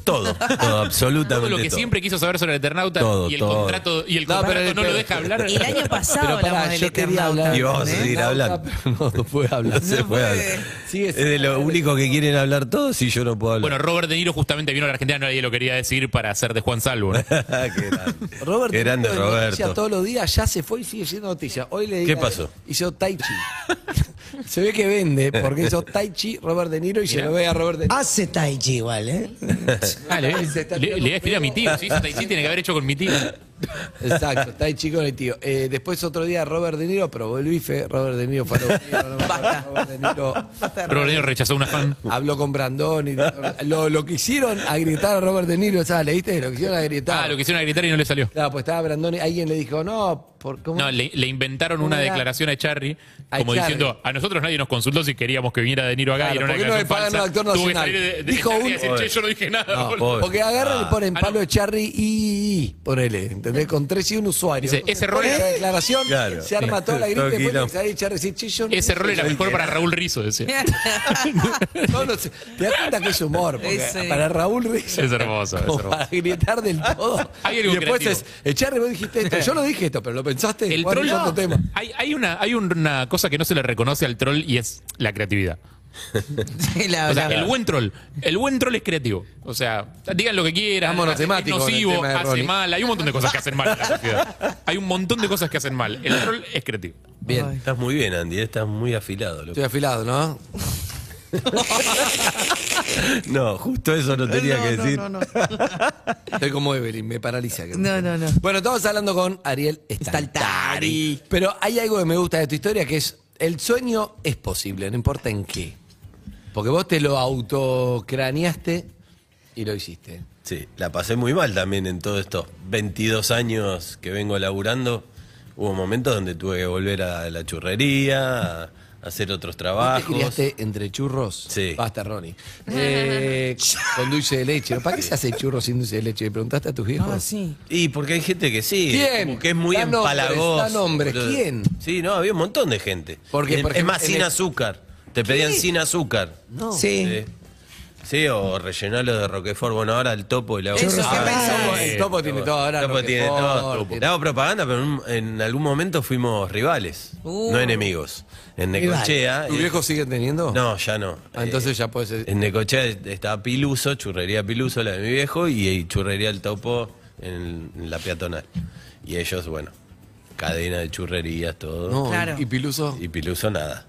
Speaker 6: Todo, todo, absolutamente
Speaker 3: Todo lo que siempre quiso saber sobre el Eternauta
Speaker 6: Todo,
Speaker 3: y el
Speaker 6: todo.
Speaker 3: contrato, y el
Speaker 2: No,
Speaker 3: contrato
Speaker 2: pero-
Speaker 3: no lo deja hablar.
Speaker 4: El año pasado
Speaker 2: Pero pará,
Speaker 4: hablamos del
Speaker 2: yo quería
Speaker 4: Eternauta. ¿eh?
Speaker 2: hablar.
Speaker 6: Y vamos a seguir hablando.
Speaker 2: No, no puede hablar.
Speaker 6: No se
Speaker 4: No
Speaker 6: puede
Speaker 4: puede.
Speaker 6: hablar.
Speaker 2: Sigue
Speaker 6: es
Speaker 2: sin
Speaker 6: de lo
Speaker 2: hablar.
Speaker 6: único que quieren hablar todos y yo no puedo
Speaker 3: Bueno,
Speaker 6: hablar.
Speaker 3: Robert De Niro justamente vino a la Argentina, nadie lo quería decir para hacer de Juan Salvo. ¿no?
Speaker 6: Qué grande.
Speaker 2: Robert
Speaker 6: Qué grande
Speaker 2: Niro es noticia
Speaker 6: Roberto.
Speaker 2: todos los días, ya se fue y sigue siendo noticia. Hoy le
Speaker 6: ¿Qué pasó?
Speaker 2: Hizo Tai Chi. se ve que vende, porque hizo Tai Chi Robert De Niro y se lo ve a Robert
Speaker 6: Ah.
Speaker 2: De Niro.
Speaker 7: Hace Tai Chi igual, ¿eh?
Speaker 3: Ah, le, le-
Speaker 2: Se está
Speaker 3: le voy a escribir a mi tío,
Speaker 2: tirando
Speaker 3: sí, sí, sí, tiene que haber hecho con mi tío.
Speaker 2: Exacto, Tai Chi con el tío. Eh, después otro día Robert De Niro probó el bife, Robert De Niro fue a lo- Robert De Niro
Speaker 3: Robert De Niro rechazó una fan.
Speaker 2: habló con Brandón y lo, lo que hicieron agrietar a Robert De Niro, ¿sabes? ¿Leíste? Lo que hicieron agrietar.
Speaker 3: Ah, lo quisieron a gritar y no le salió.
Speaker 2: Claro, pues estaba Brandoni, alguien le dijo, no, por, ¿cómo?
Speaker 3: No, le, le inventaron una
Speaker 2: Una-
Speaker 3: declaración a Charry,
Speaker 2: A
Speaker 3: como
Speaker 2: Charry.
Speaker 3: diciendo, a nosotros nadie nos consultó si queríamos que viniera De Niro acá
Speaker 2: Claro,
Speaker 3: y era una
Speaker 2: ¿por qué no le pagan
Speaker 3: declaración falsa.
Speaker 2: al actor
Speaker 3: Tuvo que
Speaker 2: nacional?
Speaker 3: salir de- de
Speaker 2: Dijo
Speaker 3: Charry
Speaker 2: un-
Speaker 3: y decir, "Che, yo no dije nada.
Speaker 2: No,
Speaker 3: boludo".
Speaker 6: pobre.
Speaker 2: porque agarran y ponen
Speaker 3: Ah,
Speaker 2: palo
Speaker 3: no.
Speaker 2: de Charry y, y, y, ponele. ¿entendés? Con tres y un usuario.
Speaker 3: Dice, ese rol
Speaker 2: Pone
Speaker 3: era-
Speaker 2: la declaración,
Speaker 6: Claro.
Speaker 2: se arma toda la gripe,
Speaker 6: Todo
Speaker 2: después
Speaker 6: quilombo.
Speaker 2: se va a echar a decir, "Che, yo no
Speaker 3: Ese rol era mejor para Raúl Rizo, decía.
Speaker 2: Todos los- te das cuenta que es humor, porque
Speaker 4: Ese.
Speaker 2: para Raúl Rizzo.
Speaker 3: Es hermoso, es
Speaker 2: como
Speaker 3: hermoso.
Speaker 2: Para gritar del todo.
Speaker 3: Hay
Speaker 2: Y
Speaker 3: algo
Speaker 2: después
Speaker 3: creativo.
Speaker 2: es, echarle, vos dijiste esto. Yo no dije esto, pero lo pensaste.
Speaker 3: El
Speaker 2: Bueno, es
Speaker 3: troll.
Speaker 2: otro tema.
Speaker 3: Hay, hay una, hay una cosa que no se le reconoce al troll y es la creatividad.
Speaker 4: Sí, la-
Speaker 2: Ah,
Speaker 3: O sea,
Speaker 4: la-
Speaker 3: el buen troll. El buen troll es creativo. O sea, digan lo que quieran.
Speaker 2: Vámonos
Speaker 3: hace- es
Speaker 2: temático con el
Speaker 3: nocivo,
Speaker 2: tema de
Speaker 3: hace
Speaker 2: Ronnie.
Speaker 3: mal. Hay un montón de cosas que hacen mal en la sociedad. Hay un montón de cosas que hacen mal. El troll es creativo.
Speaker 2: Bien.
Speaker 4: Ay.
Speaker 6: Estás muy bien, Andy, eh, estás muy afilado. loco.
Speaker 2: Estoy afilado, ¿no?
Speaker 6: No, justo eso no tenía
Speaker 4: No,
Speaker 6: que
Speaker 4: no,
Speaker 6: decir.
Speaker 4: no, no.
Speaker 2: Estoy como Evelyn, me paraliza.
Speaker 4: No, no, no.
Speaker 2: Bueno, estamos hablando con Ariel Staltari.
Speaker 4: Staltari.
Speaker 2: Pero hay algo que me gusta de tu historia que es el sueño es posible, no importa en qué. Porque vos te lo autocraneaste y lo hiciste.
Speaker 6: Sí, la pasé muy mal también en todos estos 22 años que vengo laburando. Hubo momentos donde tuve que volver a la churrería, a hacer otros
Speaker 2: Vos Te
Speaker 6: trabajos.
Speaker 2: criaste entre churros.
Speaker 6: Sí.
Speaker 2: Basta, Ronnie. Eh, con dulce de leche. ¿Para qué se hace churros sin dulce de leche? ¿Le preguntaste a tus viejos?
Speaker 4: Ah, sí.
Speaker 6: Y porque hay gente que sí,
Speaker 2: ¿Quién?
Speaker 6: como que es muy
Speaker 2: Da nombres,
Speaker 6: empalagosa.
Speaker 2: da nombres,
Speaker 6: boludo.
Speaker 2: ¿quién?
Speaker 6: Sí, no, había un montón de gente.
Speaker 2: Porque,
Speaker 6: es,
Speaker 2: por
Speaker 6: es
Speaker 2: ejemplo,
Speaker 6: más,
Speaker 2: en
Speaker 6: sin
Speaker 2: el-
Speaker 6: azúcar. Te pedían sin azúcar.
Speaker 7: Sí.
Speaker 6: Sí. Sí, o rellenarlo de Roquefort. Bueno, ahora el topo y la
Speaker 4: Eso,
Speaker 6: otra.
Speaker 4: ¿qué
Speaker 6: Ah,
Speaker 4: pensamos?
Speaker 2: El topo tiene todo, ahora
Speaker 6: El topo
Speaker 2: Roquefort,
Speaker 6: tiene todo.
Speaker 2: tiene-
Speaker 6: Le hago propaganda, pero en, un- en algún momento fuimos rivales,
Speaker 4: Uh.
Speaker 6: no enemigos. En Necochea.
Speaker 2: ¿Tus
Speaker 6: eh,
Speaker 2: viejos siguen teniendo?
Speaker 6: No, ya no.
Speaker 2: Ah, entonces
Speaker 6: Eh,
Speaker 2: ya puede ser.
Speaker 6: En Necochea estaba Piluso, churrería Piluso, la de mi viejo, y, y churrería El Topo en, en la peatonal. Y ellos, bueno, cadena de churrerías, todo.
Speaker 2: No,
Speaker 4: Claro.
Speaker 2: y Piluso.
Speaker 6: Y Piluso nada.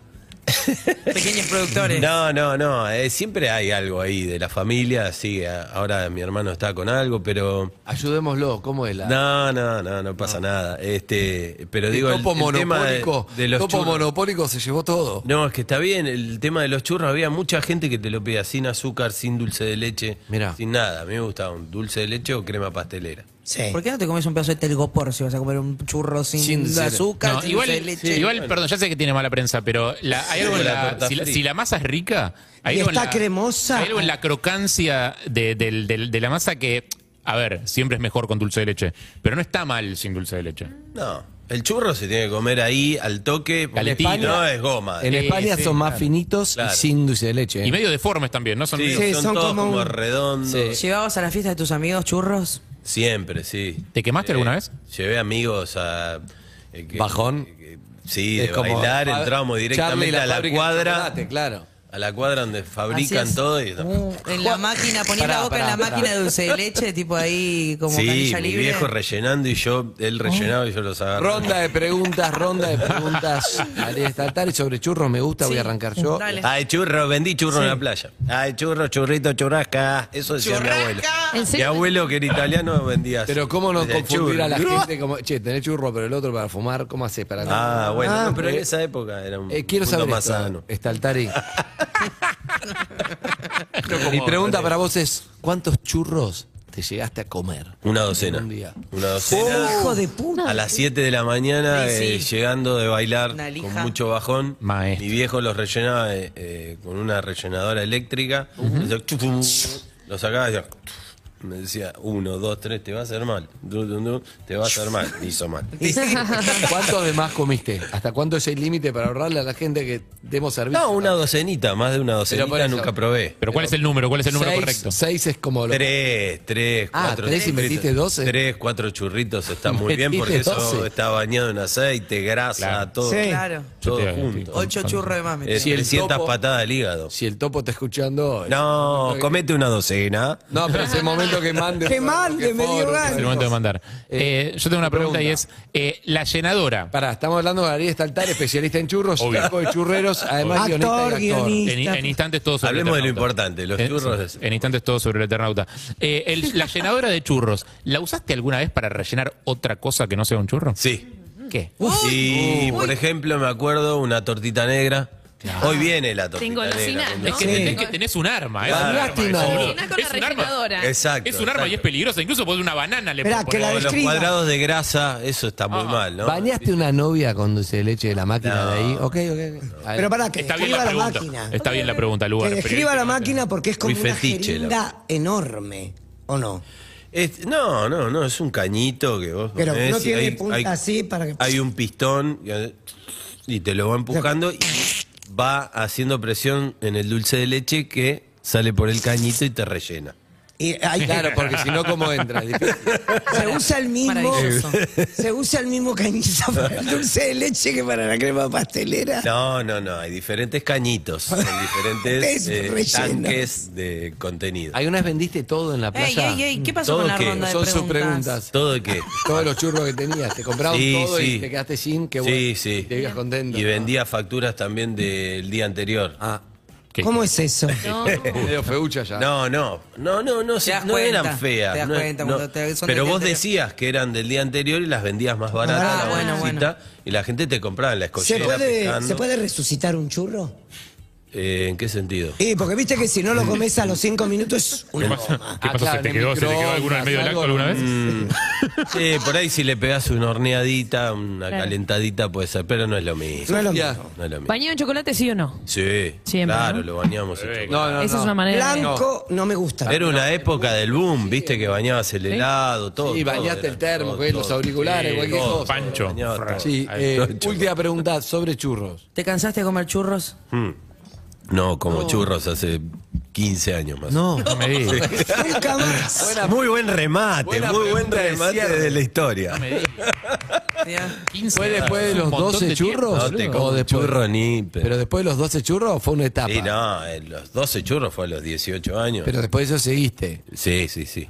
Speaker 4: Pequeños productores.
Speaker 6: No, no, no. eh, siempre hay algo ahí de la familia. Sí, a- ahora mi hermano está con algo, pero.
Speaker 2: Ayudémoslo, ¿cómo es la.?
Speaker 6: No, no, no, no pasa nada. Este, pero
Speaker 2: El
Speaker 6: digo, el,
Speaker 2: topo
Speaker 6: el tema de,
Speaker 2: monopólico.
Speaker 6: de los
Speaker 2: topo
Speaker 6: churros-
Speaker 2: monopólico se llevó todo.
Speaker 6: No, es que está bien, el tema de los churros, había mucha gente que te lo pedía sin azúcar, sin dulce de leche,
Speaker 2: Mirá.
Speaker 6: sin nada. A mí me gustaba un dulce de leche o crema pastelera.
Speaker 7: Sí.
Speaker 4: ¿Por qué no te comes un pedazo de telgopor si vas a comer un churro sin,
Speaker 2: Sin dulce de leche.
Speaker 4: azúcar,
Speaker 3: No,
Speaker 4: sin
Speaker 3: igual,
Speaker 4: dulce de leche?
Speaker 3: sí, igual, perdón, ya sé que tiene mala prensa, pero la- hay algo en
Speaker 6: Con la
Speaker 3: la,
Speaker 6: torta
Speaker 3: si, la-
Speaker 6: frita.
Speaker 3: si la masa es rica, hay
Speaker 7: Y
Speaker 3: algo en
Speaker 7: está
Speaker 3: la-
Speaker 7: cremosa.
Speaker 3: hay algo en la crocancia de, del- del- de la masa que, a ver, siempre es mejor con dulce de leche, pero no está mal sin dulce de leche.
Speaker 6: No, el churro se tiene que comer ahí al toque, porque
Speaker 3: Calentito.
Speaker 6: si no es goma.
Speaker 2: En
Speaker 3: Sí,
Speaker 2: España
Speaker 3: sí,
Speaker 2: son más finitos
Speaker 6: Claro.
Speaker 2: y sin dulce de leche. ¿eh?
Speaker 3: Y medio deformes también, ¿no? Son
Speaker 6: Sí,
Speaker 3: medio-
Speaker 7: Sí,
Speaker 6: son,
Speaker 7: son
Speaker 6: todos
Speaker 7: como
Speaker 6: como,
Speaker 7: un-
Speaker 6: redondos.
Speaker 4: ¿Llevabas a la fiesta de tus amigos churros?
Speaker 6: Siempre, sí.
Speaker 3: ¿Te quemaste
Speaker 6: Eh,
Speaker 3: alguna vez?
Speaker 6: Llevé amigos a. eh, que-
Speaker 2: Bajón.
Speaker 6: que- sí,
Speaker 2: Es
Speaker 6: de
Speaker 2: como-
Speaker 6: bailar,
Speaker 2: Fa-
Speaker 6: entramos
Speaker 2: Charlie
Speaker 6: directamente a la
Speaker 2: fábrica de
Speaker 6: cuadra.
Speaker 2: chocolate, claro.
Speaker 6: A la cuadra donde
Speaker 4: Así
Speaker 6: fabrican
Speaker 4: es.
Speaker 6: todo y.
Speaker 4: Uh, en la máquina, ponías
Speaker 2: Pará,
Speaker 4: la boca
Speaker 2: pará,
Speaker 4: en la
Speaker 2: pará.
Speaker 4: máquina de dulce de leche, tipo ahí como
Speaker 6: sí,
Speaker 4: canilla
Speaker 6: mi
Speaker 4: libre. Oh.
Speaker 6: viejo rellenando y yo, él rellenaba y yo los agarraba.
Speaker 2: Ronda de preguntas, ronda de preguntas. Ariel Staltari sobre churros me gusta, voy a
Speaker 4: Sí.
Speaker 2: arrancar yo.
Speaker 4: Dale.
Speaker 6: Ay, churro, vendí churro en la playa. Ay, churro, churrito, churrasca. Eso decía mi abuelo.
Speaker 5: ¿En
Speaker 6: Mi
Speaker 5: serio?
Speaker 6: abuelo que era italiano vendía así.
Speaker 2: Pero cómo no
Speaker 6: Decía,
Speaker 2: confundir a la
Speaker 6: "Churro".
Speaker 2: gente como, che, tenés churro pero el otro para fumar, ¿cómo haces para
Speaker 6: Ah, bueno,
Speaker 2: Ah,
Speaker 6: no, pero en
Speaker 2: eh,
Speaker 6: esa época era Mm, un
Speaker 2: eh, quiero
Speaker 6: mundo
Speaker 2: saber
Speaker 6: más sano.
Speaker 2: esto, este Staltari. Mi pregunta para vos es, ¿cuántos churros te llegaste a comer?
Speaker 6: Una docena.
Speaker 2: Un día.
Speaker 6: Una docena.
Speaker 7: Hijo de puta.
Speaker 6: A las 7 de la mañana,
Speaker 4: Ay, sí.
Speaker 6: eh, llegando de bailar
Speaker 4: Una lija.
Speaker 6: con mucho bajón,
Speaker 3: Maestro.
Speaker 6: mi viejo los rellenaba eh, eh, con una rellenadora eléctrica. Hacía chu, chu, chu. Los sacaba y hacía chu. me decía, uno, dos, tres, te va a hacer mal. Du, du, du, te va a hacer mal. Me hizo mal.
Speaker 2: ¿Cuánto de más comiste? ¿Hasta cuánto es el límite para ahorrarle a la gente que demos servicio?
Speaker 6: No, una docenita, más de una
Speaker 2: por
Speaker 6: docenita
Speaker 2: eso.
Speaker 6: nunca probé.
Speaker 3: Pero ¿cuál es el número? ¿Cuál es el número
Speaker 2: Seis-
Speaker 3: correcto?
Speaker 2: Seis es como lo...
Speaker 6: Tres, tres,
Speaker 2: Ah,
Speaker 6: cuatro.
Speaker 2: tres y
Speaker 6: churritos.
Speaker 2: metiste doce.
Speaker 6: Tres, cuatro churritos está muy bien porque
Speaker 2: Metiste
Speaker 6: eso
Speaker 2: doce.
Speaker 6: está bañado en aceite, grasa,
Speaker 3: Claro.
Speaker 6: todo.
Speaker 7: Sí.
Speaker 4: Claro.
Speaker 6: Todo
Speaker 3: Yo te-
Speaker 6: junto.
Speaker 4: Ocho churros de más. me
Speaker 6: Eh,
Speaker 2: Si el
Speaker 6: 300
Speaker 2: topo-
Speaker 6: patadas al hígado.
Speaker 2: Si el topo está escuchando... eh,
Speaker 6: No, comete una docena.
Speaker 2: No, pero es el momento que mande.
Speaker 7: Que mande, me dio
Speaker 2: foro,
Speaker 7: ganas.
Speaker 3: Es el momento de mandar.
Speaker 2: Eh,
Speaker 3: Eh, yo tengo una pregunta, y es,
Speaker 2: pregunta.
Speaker 3: eh, la llenadora.
Speaker 2: Pará, estamos hablando de Ariel Staltar, especialista en churros,
Speaker 3: Obvio.
Speaker 2: chico de churreros, además
Speaker 7: Obvio.
Speaker 2: guionista
Speaker 7: Actor,
Speaker 2: y actor.
Speaker 7: guionista.
Speaker 3: En, en instantes todo sobre
Speaker 6: Hablemos
Speaker 3: el
Speaker 6: de lo
Speaker 3: Eternauta.
Speaker 6: importante, los
Speaker 3: En-
Speaker 6: churros.
Speaker 3: En instantes todo sobre el Eternauta. Eh, el- la llenadora de churros, ¿la usaste alguna vez para rellenar otra cosa que no sea un churro?
Speaker 6: Sí.
Speaker 3: ¿Qué?
Speaker 6: Y, por ejemplo, me acuerdo una tortita negra. Hoy viene la tortita
Speaker 5: Tengo
Speaker 6: negra.
Speaker 5: golosinas,
Speaker 6: con
Speaker 5: ¿no?
Speaker 3: Es, que,
Speaker 5: Sí.
Speaker 3: es que tenés un arma, ¿eh?
Speaker 2: La
Speaker 3: Es un
Speaker 2: lástima.
Speaker 3: arma, boludo.
Speaker 5: Rellenás con
Speaker 3: Es
Speaker 5: la
Speaker 3: un arma.
Speaker 5: rellenadora.
Speaker 6: Exacto.
Speaker 3: Es un arma y es
Speaker 6: exacto.
Speaker 3: peligrosa. Incluso podés una banana le
Speaker 7: Esperá,
Speaker 3: podés
Speaker 7: que la
Speaker 3: poner.
Speaker 6: O los
Speaker 7: Escriba.
Speaker 6: cuadrados de grasa, eso está
Speaker 3: Ah.
Speaker 6: muy mal, ¿no?
Speaker 2: ¿Bañaste una novia con dulce de leche de la máquina de ahí? Ok, ok, ok. A ver.
Speaker 7: Pero para que
Speaker 3: Está bien la
Speaker 7: escriba la,
Speaker 3: pregunta.
Speaker 7: máquina.
Speaker 3: Está bien la pregunta, Lugar.
Speaker 7: Que escriba la máquina porque es como
Speaker 6: Muy
Speaker 7: una
Speaker 6: fetiche, la
Speaker 7: jeringa enorme, ¿o no?
Speaker 6: Es- Este, no, no, no, es un cañito que vos
Speaker 7: Pero
Speaker 6: ponés
Speaker 7: no
Speaker 6: y
Speaker 7: tiene punta así para que-
Speaker 6: Hay un pistón y, y te lo va empujando y va haciendo presión en el dulce de leche que sale por el cañito y te rellena.
Speaker 7: Y hay-
Speaker 2: Claro, porque si no, ¿cómo entra? Es difícil.
Speaker 7: Se usa el mismo,
Speaker 4: Maravilloso.
Speaker 7: se usa el mismo cañito para el dulce de leche que para la crema pastelera.
Speaker 6: No, no, no, hay diferentes cañitos, hay diferentes
Speaker 7: Es
Speaker 6: eh,
Speaker 7: relleno.
Speaker 6: tanques de contenido.
Speaker 2: ¿Alguna vez vendiste todo en la
Speaker 4: Ey,
Speaker 2: playa?
Speaker 4: ey, ey, ¿qué pasó
Speaker 6: Todo
Speaker 4: con la
Speaker 6: que-
Speaker 4: ronda de
Speaker 2: Son
Speaker 4: preguntas?
Speaker 2: sus preguntas.
Speaker 6: Todo que
Speaker 2: Todos los churros que tenías, te compraron
Speaker 6: Sí,
Speaker 2: todo y
Speaker 6: sí.
Speaker 2: te quedaste sin, que
Speaker 6: Sí,
Speaker 2: bueno,
Speaker 6: sí.
Speaker 2: te ibas contento.
Speaker 6: y
Speaker 2: ¿no?
Speaker 6: vendía facturas también del día anterior.
Speaker 2: Ah,
Speaker 3: ¿Qué?
Speaker 7: ¿Cómo es eso?
Speaker 2: medio feucha ya.
Speaker 6: No, no, no, no, no,
Speaker 4: das
Speaker 6: no
Speaker 4: cuenta,
Speaker 6: eran
Speaker 4: te
Speaker 6: feas.
Speaker 4: das
Speaker 6: no-
Speaker 4: cuenta
Speaker 6: no.
Speaker 4: cuando te- son del día
Speaker 6: pero vos
Speaker 4: anterior.
Speaker 6: decías que eran del día anterior y las vendías más baratas
Speaker 4: Ah,
Speaker 6: la
Speaker 4: bueno,
Speaker 6: bolsita, y la gente te compraba en la
Speaker 7: ¿Se
Speaker 6: escollera
Speaker 7: puede,
Speaker 6: pescando.
Speaker 7: ¿Se puede resucitar un churro?
Speaker 6: Eh, ¿En qué sentido?
Speaker 7: Y porque viste que si no lo comes a los cinco minutos,
Speaker 3: ¿Qué pasa? ¿Qué
Speaker 2: Ah,
Speaker 3: pasa?
Speaker 2: claro,
Speaker 3: ¿Se, te
Speaker 2: en
Speaker 3: quedó,
Speaker 2: el
Speaker 3: ¿Se te quedó alguno en el medio del acto alguna
Speaker 2: microondas,
Speaker 3: vez?
Speaker 6: Sí, por ahí si le pegás una horneadita, una calentadita puede ser, pero no es lo mismo.
Speaker 7: no es lo
Speaker 2: Ya.
Speaker 7: mismo.
Speaker 6: No es lo mismo.
Speaker 5: ¿Bañado en chocolate, sí o no?
Speaker 6: Sí,
Speaker 5: Siempre,
Speaker 6: claro,
Speaker 5: ¿no?
Speaker 6: lo bañamos. en chocolate.
Speaker 2: No, no,
Speaker 5: Esa
Speaker 2: no.
Speaker 5: es una manera. de-
Speaker 7: Blanco no me gusta.
Speaker 6: Era una época del boom, viste que bañabas el helado, todo.
Speaker 2: Sí,
Speaker 6: todo
Speaker 2: bañaste
Speaker 6: era,
Speaker 2: el termo,
Speaker 6: todo,
Speaker 2: que los
Speaker 6: todo.
Speaker 2: auriculares, cualquier
Speaker 6: todo,
Speaker 2: cosa.
Speaker 3: Pancho.
Speaker 6: Bañaba todo.
Speaker 2: Sí,
Speaker 3: Ay,
Speaker 2: eh,
Speaker 6: no,
Speaker 2: última pregunta sobre churros.
Speaker 4: ¿Te cansaste de comer churros?
Speaker 6: No, como churros hace 15 años más. No.
Speaker 3: No me digas.
Speaker 7: Nunca más.
Speaker 6: muy buen remate,
Speaker 2: buena
Speaker 6: muy buen
Speaker 2: pregunta de
Speaker 6: remate
Speaker 2: cierre.
Speaker 6: de, la historia.
Speaker 4: Ya.
Speaker 3: 15
Speaker 2: ¿Fue después de
Speaker 3: Es un
Speaker 2: los
Speaker 3: montón
Speaker 2: 12
Speaker 3: de tiempo,
Speaker 2: churros?
Speaker 6: No
Speaker 3: boludo.
Speaker 6: te
Speaker 2: o
Speaker 6: como
Speaker 2: después-
Speaker 6: churro ni. pe-
Speaker 2: Pero después de los 12 churros fue una etapa.
Speaker 6: sí, no, eh, los 12 churros fue a los 18 años.
Speaker 2: Pero después de eso seguiste.
Speaker 6: Sí, sí, sí.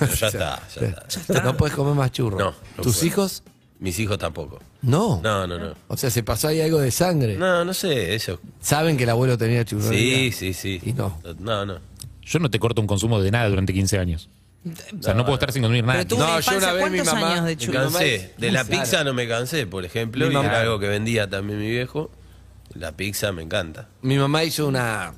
Speaker 6: Pero ya está, Ah, ya está.
Speaker 2: No puedes comer más churros.
Speaker 6: No, no
Speaker 2: ¿Tus
Speaker 6: puedo.
Speaker 2: hijos?
Speaker 6: Mis hijos tampoco.
Speaker 2: No.
Speaker 6: No, no, no.
Speaker 2: O sea, se pasó ahí algo de sangre.
Speaker 6: No, no sé, eso.
Speaker 2: Saben que el abuelo tenía churros.
Speaker 6: Sí, sí, sí.
Speaker 2: Y no.
Speaker 6: No, no.
Speaker 3: Yo no te corto un consumo de nada durante 15 años. O sea, no, puedo estar sin consumir nada.
Speaker 4: Pero tuvo
Speaker 2: No,
Speaker 4: una
Speaker 2: yo
Speaker 4: infancia,
Speaker 2: una vez mi
Speaker 4: ¿cuántos
Speaker 2: mamá-
Speaker 4: años de
Speaker 6: Me
Speaker 4: churros?
Speaker 6: cansé. De la
Speaker 2: Claro.
Speaker 6: pizza no me cansé, por ejemplo.
Speaker 2: Mi
Speaker 6: Y
Speaker 2: mamá-
Speaker 6: era algo que vendía también mi viejo. La pizza me encanta.
Speaker 2: Mi mamá hizo una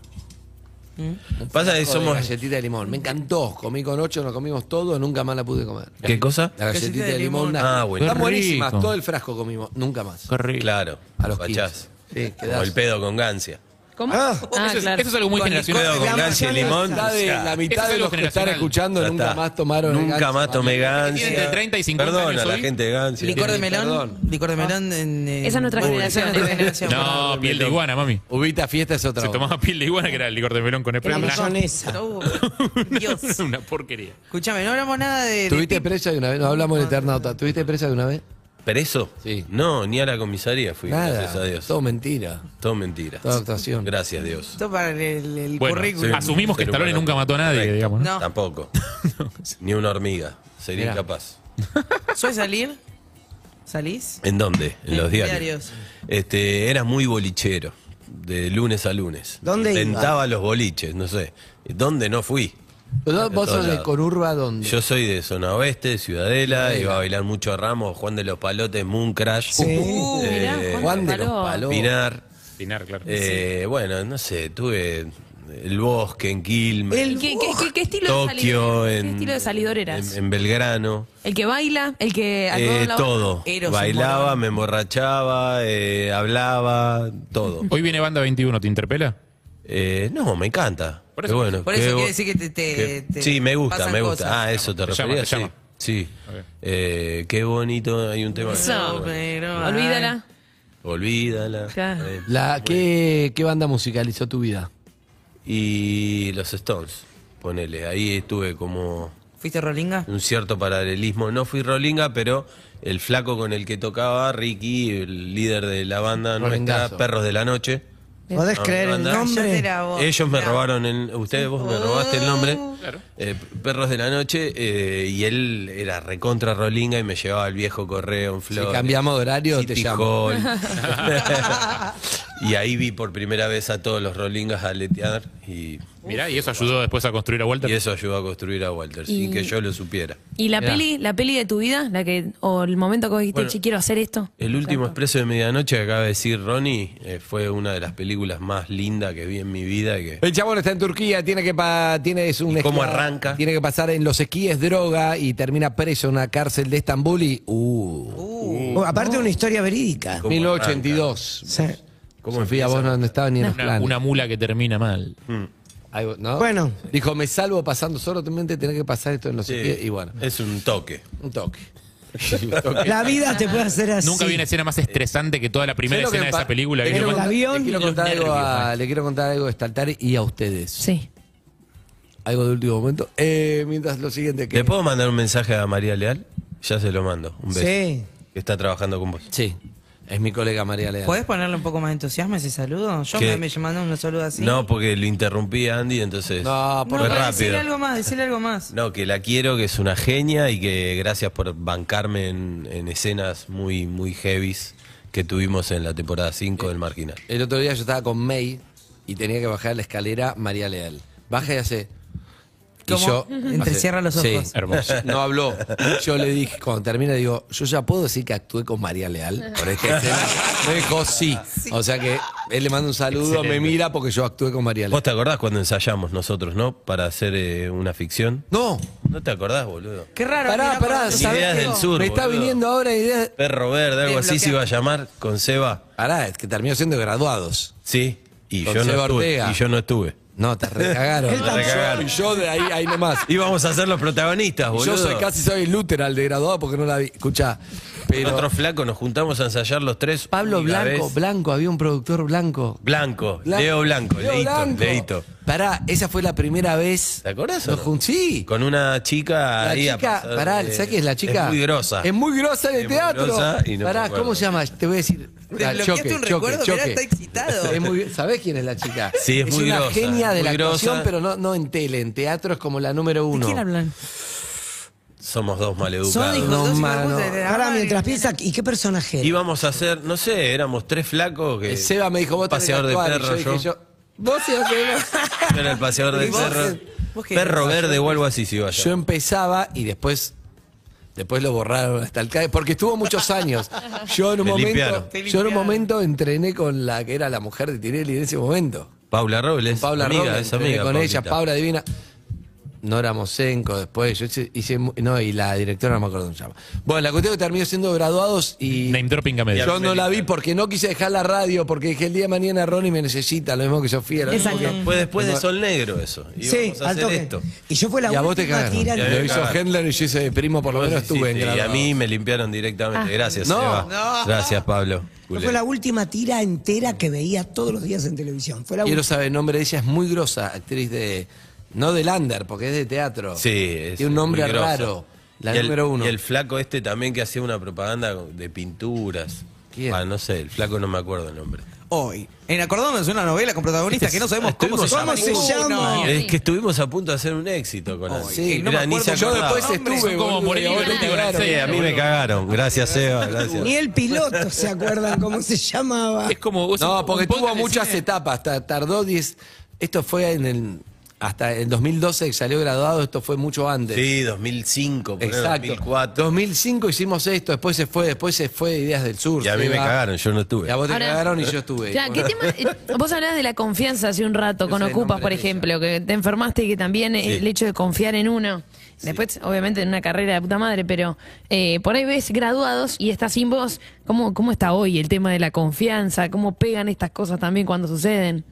Speaker 6: Pasa
Speaker 2: somos...
Speaker 6: que Eh, somos.
Speaker 2: galletita de limón. Me encantó. Comí con ocho, nos comimos todo, nunca más la pude comer.
Speaker 6: ¿Qué cosa?
Speaker 2: La galletita de limón.
Speaker 6: Ah, bueno.
Speaker 2: Están
Speaker 3: Qué
Speaker 2: buenísimas.
Speaker 3: rico.
Speaker 2: Todo el frasco comimos. Nunca más.
Speaker 3: Corre-
Speaker 6: Claro.
Speaker 2: A los
Speaker 6: fachás.
Speaker 2: 15. Sí,
Speaker 6: Como
Speaker 2: quedás.
Speaker 6: el pedo con gancia.
Speaker 5: ¿Cómo?
Speaker 7: Ah.
Speaker 5: Ah,
Speaker 3: eso, es,
Speaker 5: claro.
Speaker 3: eso es algo muy generacional.
Speaker 6: Pedo con gancia y limón.
Speaker 2: La mitad de, la mitad
Speaker 3: Eso es
Speaker 2: de
Speaker 3: algo
Speaker 2: los que están
Speaker 3: generacional.
Speaker 2: escuchando
Speaker 6: Ya
Speaker 2: nunca
Speaker 6: está.
Speaker 2: más tomaron el
Speaker 6: Nunca
Speaker 2: ganso.
Speaker 6: más tomé gancia.
Speaker 3: Tienen entre 30 y 50
Speaker 6: Perdona
Speaker 3: años
Speaker 6: a la
Speaker 3: hoy.
Speaker 6: gente de gancia.
Speaker 4: Licor de melón.
Speaker 2: Perdón.
Speaker 4: Licor de melón en. eh,
Speaker 5: Esa es nuestra
Speaker 4: Uy,
Speaker 5: generación.
Speaker 4: esa es nuestra generación,
Speaker 3: No,
Speaker 4: perdón.
Speaker 3: piel de iguana, mami.
Speaker 2: Ubita fiesta es otra.
Speaker 3: Se
Speaker 2: onda.
Speaker 3: tomaba piel de iguana, que era el licor de melón con
Speaker 7: La
Speaker 3: espuma.
Speaker 7: mayonesa.
Speaker 4: Uh, Dios.
Speaker 3: Una porquería.
Speaker 4: Escúchame, no hablamos nada de. de
Speaker 2: ¿Tuviste presa de una vez? No hablamos de Eternauta. ¿Tuviste presa de una vez?
Speaker 6: ¿Perezo?
Speaker 2: Sí.
Speaker 6: No, ni a la comisaría fui, gracias a
Speaker 2: Nada.
Speaker 6: Dios.
Speaker 2: Todo mentira.
Speaker 6: Todo mentira.
Speaker 2: Toda actuación.
Speaker 6: Gracias, Dios.
Speaker 4: esto para el, el
Speaker 3: Bueno,
Speaker 4: currículum.
Speaker 6: sí.
Speaker 3: asumimos que
Speaker 6: Ser
Speaker 3: Stallone
Speaker 6: humano.
Speaker 3: nunca mató a nadie,
Speaker 6: Correcto.
Speaker 3: digamos. ¿no?
Speaker 4: No.
Speaker 6: Tampoco. Ni una hormiga. Sería
Speaker 2: Mirá.
Speaker 6: incapaz.
Speaker 4: ¿Suele salir? ¿Salís?
Speaker 6: ¿En dónde? En los
Speaker 4: En
Speaker 6: diarios.
Speaker 4: diarios.
Speaker 6: Este, era muy bolichero, de lunes a lunes.
Speaker 7: ¿Dónde iba?
Speaker 6: Tentaba los boliches, no sé. ¿Dónde no fui?
Speaker 2: ¿Vos, vos
Speaker 6: todos
Speaker 2: sos de
Speaker 6: lados.
Speaker 2: Conurba dónde?
Speaker 6: Yo soy de zona oeste, de Ciudadela, iba a bailar mucho a Ramos, Juan de los Palotes, Moon Crash,
Speaker 5: Uh, mirá,
Speaker 2: Juan de los
Speaker 5: Paló.
Speaker 2: Palos.
Speaker 6: Pinar.
Speaker 3: Pinar, claro.
Speaker 6: Eh, Bueno, no sé, tuve el bosque en Quilmes,
Speaker 5: ¿Qué, qué- qué- qué estilo de
Speaker 6: Tokio,
Speaker 5: salidor-
Speaker 6: en,
Speaker 5: ¿Qué estilo de salidor eras?
Speaker 6: en, en Belgrano.
Speaker 5: ¿El que baila? ¿El que algodón
Speaker 6: Eh,
Speaker 5: la-
Speaker 6: todo.
Speaker 4: Eros, un
Speaker 6: Bailaba,
Speaker 4: morón.
Speaker 6: me emborrachaba, eh, hablaba, todo.
Speaker 3: Hoy viene Banda 21, ¿te interpela?
Speaker 6: Eh, no, me encanta.
Speaker 3: Por
Speaker 6: Por
Speaker 3: eso-
Speaker 6: eso, bueno,
Speaker 4: por eso
Speaker 6: qué
Speaker 4: quiere
Speaker 6: bu-
Speaker 4: decir que te- te-
Speaker 6: qué-
Speaker 4: te
Speaker 6: Eh, sí, me gusta,
Speaker 4: pasan
Speaker 6: me gusta.
Speaker 4: cosas.
Speaker 6: ah, eso te,
Speaker 3: Te llama,
Speaker 6: refería.
Speaker 3: te llama.
Speaker 6: Sí. sí.
Speaker 3: Ok.
Speaker 6: Eh, qué bonito, hay un tema.
Speaker 5: Eso.
Speaker 6: Bueno,
Speaker 4: Pero, ay,
Speaker 5: Olvídala.
Speaker 6: Olvídala.
Speaker 5: Claro.
Speaker 6: Eh,
Speaker 2: La, ¿qué, ¿Qué banda musicalizó tu vida?
Speaker 6: Y los Stones, ponele. Ahí estuve como
Speaker 4: ¿Fuiste Rolinga?
Speaker 6: un cierto paralelismo. No fui Rolinga, pero el flaco con el que tocaba, Ricky, el líder de la banda nuestra,
Speaker 2: Rolingazo.
Speaker 6: Perros de la Noche.
Speaker 7: ¿Podés
Speaker 6: Ah,
Speaker 7: creer el
Speaker 6: anda.
Speaker 7: nombre?
Speaker 4: Cállate la boca.
Speaker 6: Ellos me
Speaker 4: Mirá.
Speaker 6: robaron el. Ustedes, vos me robaste el nombre. Eh, Perros de la Noche. eh, y él era recontra Rolinga y me llevaba el viejo correo en flor.
Speaker 2: Si cambiamos de horario, te
Speaker 6: City
Speaker 2: llamo.
Speaker 6: Hall. y ahí vi por primera vez a todos los Rolingas aletear. Y,
Speaker 3: Mirá, y eso ayudó después a construir a Walter.
Speaker 6: y eso ayudó a construir a Walter, sin
Speaker 5: Y-
Speaker 6: que yo lo supiera.
Speaker 5: ¿Y la
Speaker 2: Mirá.
Speaker 5: peli, la peli de tu vida? la que O el momento que vos dijiste,
Speaker 6: Bueno, Eh,
Speaker 5: che, quiero hacer esto.
Speaker 6: El último expreso de medianoche que acaba de decir Ronnie eh, fue una de las películas más lindas que vi en mi vida. y que-
Speaker 2: El chabón está en Turquía, tiene que pa- tiene es un
Speaker 6: ¿Y cómo
Speaker 2: esquí-
Speaker 6: arranca?
Speaker 2: Tiene que pasar en los esquíes droga y termina preso en una cárcel de Estambul y uh,
Speaker 7: O, Aparte una historia verídica.
Speaker 6: ¿Cómo
Speaker 2: 1982.
Speaker 7: Sí.
Speaker 2: Sofía, vos no, no estabas ni en los
Speaker 3: Una,
Speaker 2: planes.
Speaker 3: una mula que termina mal.
Speaker 2: Algo, ¿no?
Speaker 7: Bueno.
Speaker 2: Dijo, me salvo pasando solamente tener que pasar esto en los
Speaker 6: Sí,
Speaker 2: y bueno,
Speaker 6: Es un toque.
Speaker 2: un toque.
Speaker 7: La vida te puede hacer así.
Speaker 3: Nunca vi una escena más estresante que toda la primera
Speaker 2: ¿Sabés Ah, lo
Speaker 3: escena de
Speaker 2: que
Speaker 3: esa
Speaker 2: pa-
Speaker 3: película.
Speaker 2: le
Speaker 3: ¿viste?
Speaker 2: quiero
Speaker 7: el
Speaker 3: Cuando-
Speaker 2: contar-
Speaker 7: avión
Speaker 2: le quiero
Speaker 7: y los
Speaker 2: contar algo
Speaker 3: nervios,
Speaker 2: a-
Speaker 3: bueno.
Speaker 2: Le quiero contar algo a Staltari y a ustedes.
Speaker 5: Sí.
Speaker 2: Algo de último momento. Eh, mientras lo siguiente que...
Speaker 6: ¿Le puedo mandar un mensaje a María Leal? Ya se lo mando. Un beso.
Speaker 7: Sí.
Speaker 6: Que está trabajando con vos.
Speaker 2: Sí, es mi colega María Leal.
Speaker 4: ¿Podés ponerle un poco más de entusiasmo a ese saludo? Yo
Speaker 6: ¿Qué?
Speaker 4: me, me mandó un saludo así.
Speaker 6: No, porque lo interrumpí a Andy, entonces.
Speaker 2: No,
Speaker 4: No,
Speaker 2: por
Speaker 6: Fue
Speaker 4: para
Speaker 6: rápido.
Speaker 4: decirle algo más, decirle algo más.
Speaker 6: No, que la quiero, que es una genia y que gracias por bancarme en, en escenas muy, muy heavies que tuvimos en la temporada 5 del Marginal.
Speaker 2: El otro día yo estaba con May y tenía que bajar la escalera María Leal. Baja y hace. Y
Speaker 4: ¿Cómo?
Speaker 2: yo.
Speaker 4: Entrecierra los
Speaker 2: Sí.
Speaker 4: ojos.
Speaker 3: Hermoso.
Speaker 2: No habló. Yo le dije, cuando termina, digo, yo ya puedo decir que actué con María Leal por esta escena. Me dijo sí. O sea que él le manda un saludo, me
Speaker 3: Excelente.
Speaker 2: mira porque yo actué con María
Speaker 6: ¿Vos
Speaker 2: Leal.
Speaker 6: te acordás cuando ensayamos nosotros, no? Para hacer eh, una ficción.
Speaker 2: No,
Speaker 6: ¿No te acordás, boludo?
Speaker 4: Qué raro.
Speaker 2: pará,
Speaker 4: mira,
Speaker 2: pará.
Speaker 4: cuando-
Speaker 6: Ideas
Speaker 2: ¿sabés qué?
Speaker 6: del sur,
Speaker 2: Me está
Speaker 6: boludo.
Speaker 2: viniendo ahora ideas.
Speaker 6: Perro verde, algo así se iba a llamar con Seba.
Speaker 2: Pará, es que terminó siendo graduados.
Speaker 6: Sí. Y
Speaker 2: Con
Speaker 6: yo no
Speaker 2: Seba
Speaker 6: estuve.
Speaker 2: Ortega.
Speaker 6: Y yo no estuve.
Speaker 2: No, te recagaron.
Speaker 6: Él tampoco.
Speaker 2: Yo- Yo de ahí, ahí nomás.
Speaker 6: Íbamos a ser los protagonistas, boludo.
Speaker 2: Yo soy casi soy el Luteral de graduado porque no la vi. Escucha,
Speaker 6: Con
Speaker 2: pero
Speaker 6: otro flaco nos juntamos a ensayar los tres.
Speaker 2: Pablo
Speaker 6: única
Speaker 2: Blanco,
Speaker 6: vez.
Speaker 2: Blanco, había un productor blanco.
Speaker 6: Blanco, Leo Blanco,
Speaker 2: Leo
Speaker 6: Leito,
Speaker 2: Blanco.
Speaker 6: Leito.
Speaker 2: Pará, esa fue la primera vez.
Speaker 6: ¿Te acordás o
Speaker 2: Nos
Speaker 6: no?
Speaker 2: jun- Sí.
Speaker 6: Con una chica
Speaker 2: La
Speaker 6: ahí a
Speaker 2: chica,
Speaker 6: pasar,
Speaker 2: pará,
Speaker 6: eh,
Speaker 2: ¿sabes qué es la chica?
Speaker 6: Es muy grosa.
Speaker 2: Es muy grosa en
Speaker 6: Es
Speaker 2: el
Speaker 6: muy
Speaker 2: teatro.
Speaker 6: grosa y no me
Speaker 2: pará,
Speaker 6: acuerdo.
Speaker 2: ¿cómo se llama? Te voy a decir. Ah,
Speaker 4: Desbloqueaste
Speaker 2: choque,
Speaker 4: un
Speaker 2: choque,
Speaker 4: recuerdo, mirá,
Speaker 2: choque.
Speaker 4: está excitado.
Speaker 2: Es muy- ¿Sabés quién es la chica?
Speaker 6: Sí, es muy
Speaker 2: una
Speaker 6: grosa,
Speaker 2: genia
Speaker 6: es
Speaker 2: de la
Speaker 6: muy
Speaker 2: actuación,
Speaker 6: grosa.
Speaker 2: pero no, no en tele. En teatro es como la número
Speaker 5: ¿De
Speaker 2: uno.
Speaker 5: quién hablan?
Speaker 6: Somos dos
Speaker 4: Son
Speaker 6: maleducados.
Speaker 4: hijos
Speaker 2: No,
Speaker 4: dos hijos
Speaker 2: mano.
Speaker 4: de puta, de la
Speaker 7: Ahora,
Speaker 4: madre,
Speaker 7: mientras
Speaker 4: de-
Speaker 7: piensa, ¿y qué personaje? era?
Speaker 6: Íbamos a hacer, no sé, éramos tres flacos. Que
Speaker 2: Eh, Seba me dijo, vos tenés que
Speaker 6: Paseador de
Speaker 2: actuar,
Speaker 6: perro,
Speaker 2: y
Speaker 6: yo.
Speaker 2: yo. Dije, yo vos sí, vos sí, vos".
Speaker 6: Yo era el paseador de
Speaker 4: ¿Y vos?
Speaker 6: perro.
Speaker 4: ¿Vos qué
Speaker 6: Perro
Speaker 4: eras?
Speaker 6: verde o algo así, si iba a
Speaker 2: Yo empezaba y después después lo borraron hasta el cae porque estuvo muchos años. Yo en un
Speaker 6: Te
Speaker 2: momento
Speaker 6: limpiaron.
Speaker 4: Te
Speaker 2: yo en un
Speaker 4: limpiaron.
Speaker 2: momento entrené con la que era la mujer de Tirelli en ese momento.
Speaker 6: Paula Robles.
Speaker 2: Paula
Speaker 6: amiga,
Speaker 2: Robles,
Speaker 6: es
Speaker 2: entrené
Speaker 6: amiga.
Speaker 2: con ella,
Speaker 6: Paulita.
Speaker 2: Paula Divina. Nora Mosenko después, yo hice, hice mu- no, y la directora no me acuerdo cómo se llama. Bueno, la cuestión es que terminó siendo graduados y
Speaker 3: Name dropping a medio.
Speaker 2: yo no la vi porque no quise dejar la radio, porque dije el día de mañana Ronnie me necesita, lo mismo que Sofía, lo mismo
Speaker 5: Exacto.
Speaker 2: que-
Speaker 6: Fue después de Sol Negro eso.
Speaker 7: Sí,
Speaker 6: Íbamos a
Speaker 7: al
Speaker 6: hacer
Speaker 7: toque.
Speaker 6: esto.
Speaker 7: Y yo fue la
Speaker 2: y a vos te
Speaker 7: última
Speaker 2: cagaron.
Speaker 7: tira
Speaker 6: Y a mí
Speaker 2: Lo
Speaker 6: me
Speaker 2: hizo
Speaker 6: cagaron.
Speaker 2: Hendler y yo hice de primo, por lo menos
Speaker 6: Vos
Speaker 2: estuve en
Speaker 6: hiciste, y a
Speaker 2: graduados.
Speaker 6: mí me limpiaron directamente. Gracias,
Speaker 2: No.
Speaker 6: Seba. Gracias, Pablo.
Speaker 7: Yo
Speaker 6: Culé.
Speaker 7: fue la última tira entera que veía todos los días en televisión. Fue la
Speaker 2: Quiero
Speaker 7: última.
Speaker 2: saber el nombre de ella, es muy grosa, actriz de. No de Lander, porque es de teatro.
Speaker 6: Sí, es
Speaker 2: Tiene un nombre
Speaker 6: muy grosa.
Speaker 2: raro. La
Speaker 6: Y el-
Speaker 2: número uno.
Speaker 6: Y el flaco este también que hacía una propaganda de pinturas.
Speaker 2: ¿Quién?
Speaker 6: Ah, no sé, el flaco no me acuerdo el nombre.
Speaker 4: Hoy. En Acordón es una novela con protagonistas
Speaker 6: Este
Speaker 4: que no sabemos cómo se llama.
Speaker 6: Estuvimos a
Speaker 7: ¿Cómo se
Speaker 6: punto-
Speaker 7: llama?
Speaker 6: Es que estuvimos a punto de hacer un éxito con él.
Speaker 2: Sí,
Speaker 4: no me
Speaker 6: Era, ni
Speaker 4: acuerdo,
Speaker 6: se
Speaker 2: yo
Speaker 6: acordaba.
Speaker 2: después
Speaker 4: Hombre,
Speaker 2: estuve.
Speaker 3: son como
Speaker 2: boludo,
Speaker 3: Morelia
Speaker 2: y ahora
Speaker 3: Olmedo
Speaker 2: te
Speaker 3: y
Speaker 2: cagaron.
Speaker 3: Brasil.
Speaker 6: Sí, a mí me cagaron. Gracias, Seba.
Speaker 7: Ni
Speaker 6: Gracias.
Speaker 7: el piloto se acuerdan cómo se llamaba.
Speaker 3: Es como. es un-
Speaker 2: No,
Speaker 3: un
Speaker 2: porque
Speaker 3: podcast
Speaker 2: tuvo
Speaker 3: de
Speaker 2: muchas
Speaker 3: cine.
Speaker 2: etapas. hasta tardó 10. Esto fue en el. Hasta el 2012 que salió graduado, esto fue mucho antes.
Speaker 6: Sí, 2005, ponele,
Speaker 2: Exacto.
Speaker 6: 2004.
Speaker 2: 2005 hicimos esto, después se fue, después se fue de Ideas del Sur.
Speaker 6: Y a mí
Speaker 2: se
Speaker 6: me
Speaker 2: va.
Speaker 6: cagaron, yo no estuve.
Speaker 2: Y a vos te
Speaker 5: Ahora-
Speaker 2: cagaron y yo estuve.
Speaker 5: Claro, ¿qué tema? eh, Vos hablabas de la confianza hace un rato con
Speaker 2: sé el
Speaker 5: Ocupas,
Speaker 2: nombre
Speaker 5: por
Speaker 2: de ella.
Speaker 5: ejemplo, que te enfermaste y que también eh, el hecho de confiar en uno. Después, obviamente, en una carrera de puta madre, pero eh, por ahí ves graduados y estás sin vos. ¿Cómo, ¿Cómo está hoy el tema de la confianza? ¿Cómo pegan estas cosas también cuando suceden?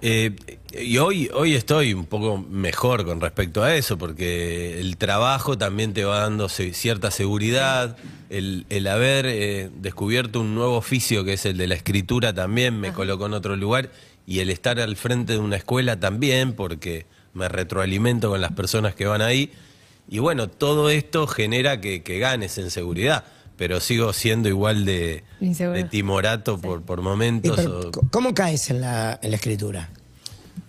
Speaker 6: Eh, y hoy, hoy estoy un poco mejor con respecto a eso, porque el trabajo también te va dando se- cierta seguridad, el, el haber eh, descubierto un nuevo oficio que es el de la escritura también me colocó en otro lugar, y el estar al frente de una escuela también, porque me retroalimento con las personas que van ahí, y bueno, todo esto genera que, que ganes en seguridad, pero sigo siendo igual de,
Speaker 5: Inseguro.
Speaker 6: de timorato por, por
Speaker 7: Y,
Speaker 6: momentos.
Speaker 7: pero,
Speaker 6: o-
Speaker 7: ¿Cómo caes en la, en la escritura?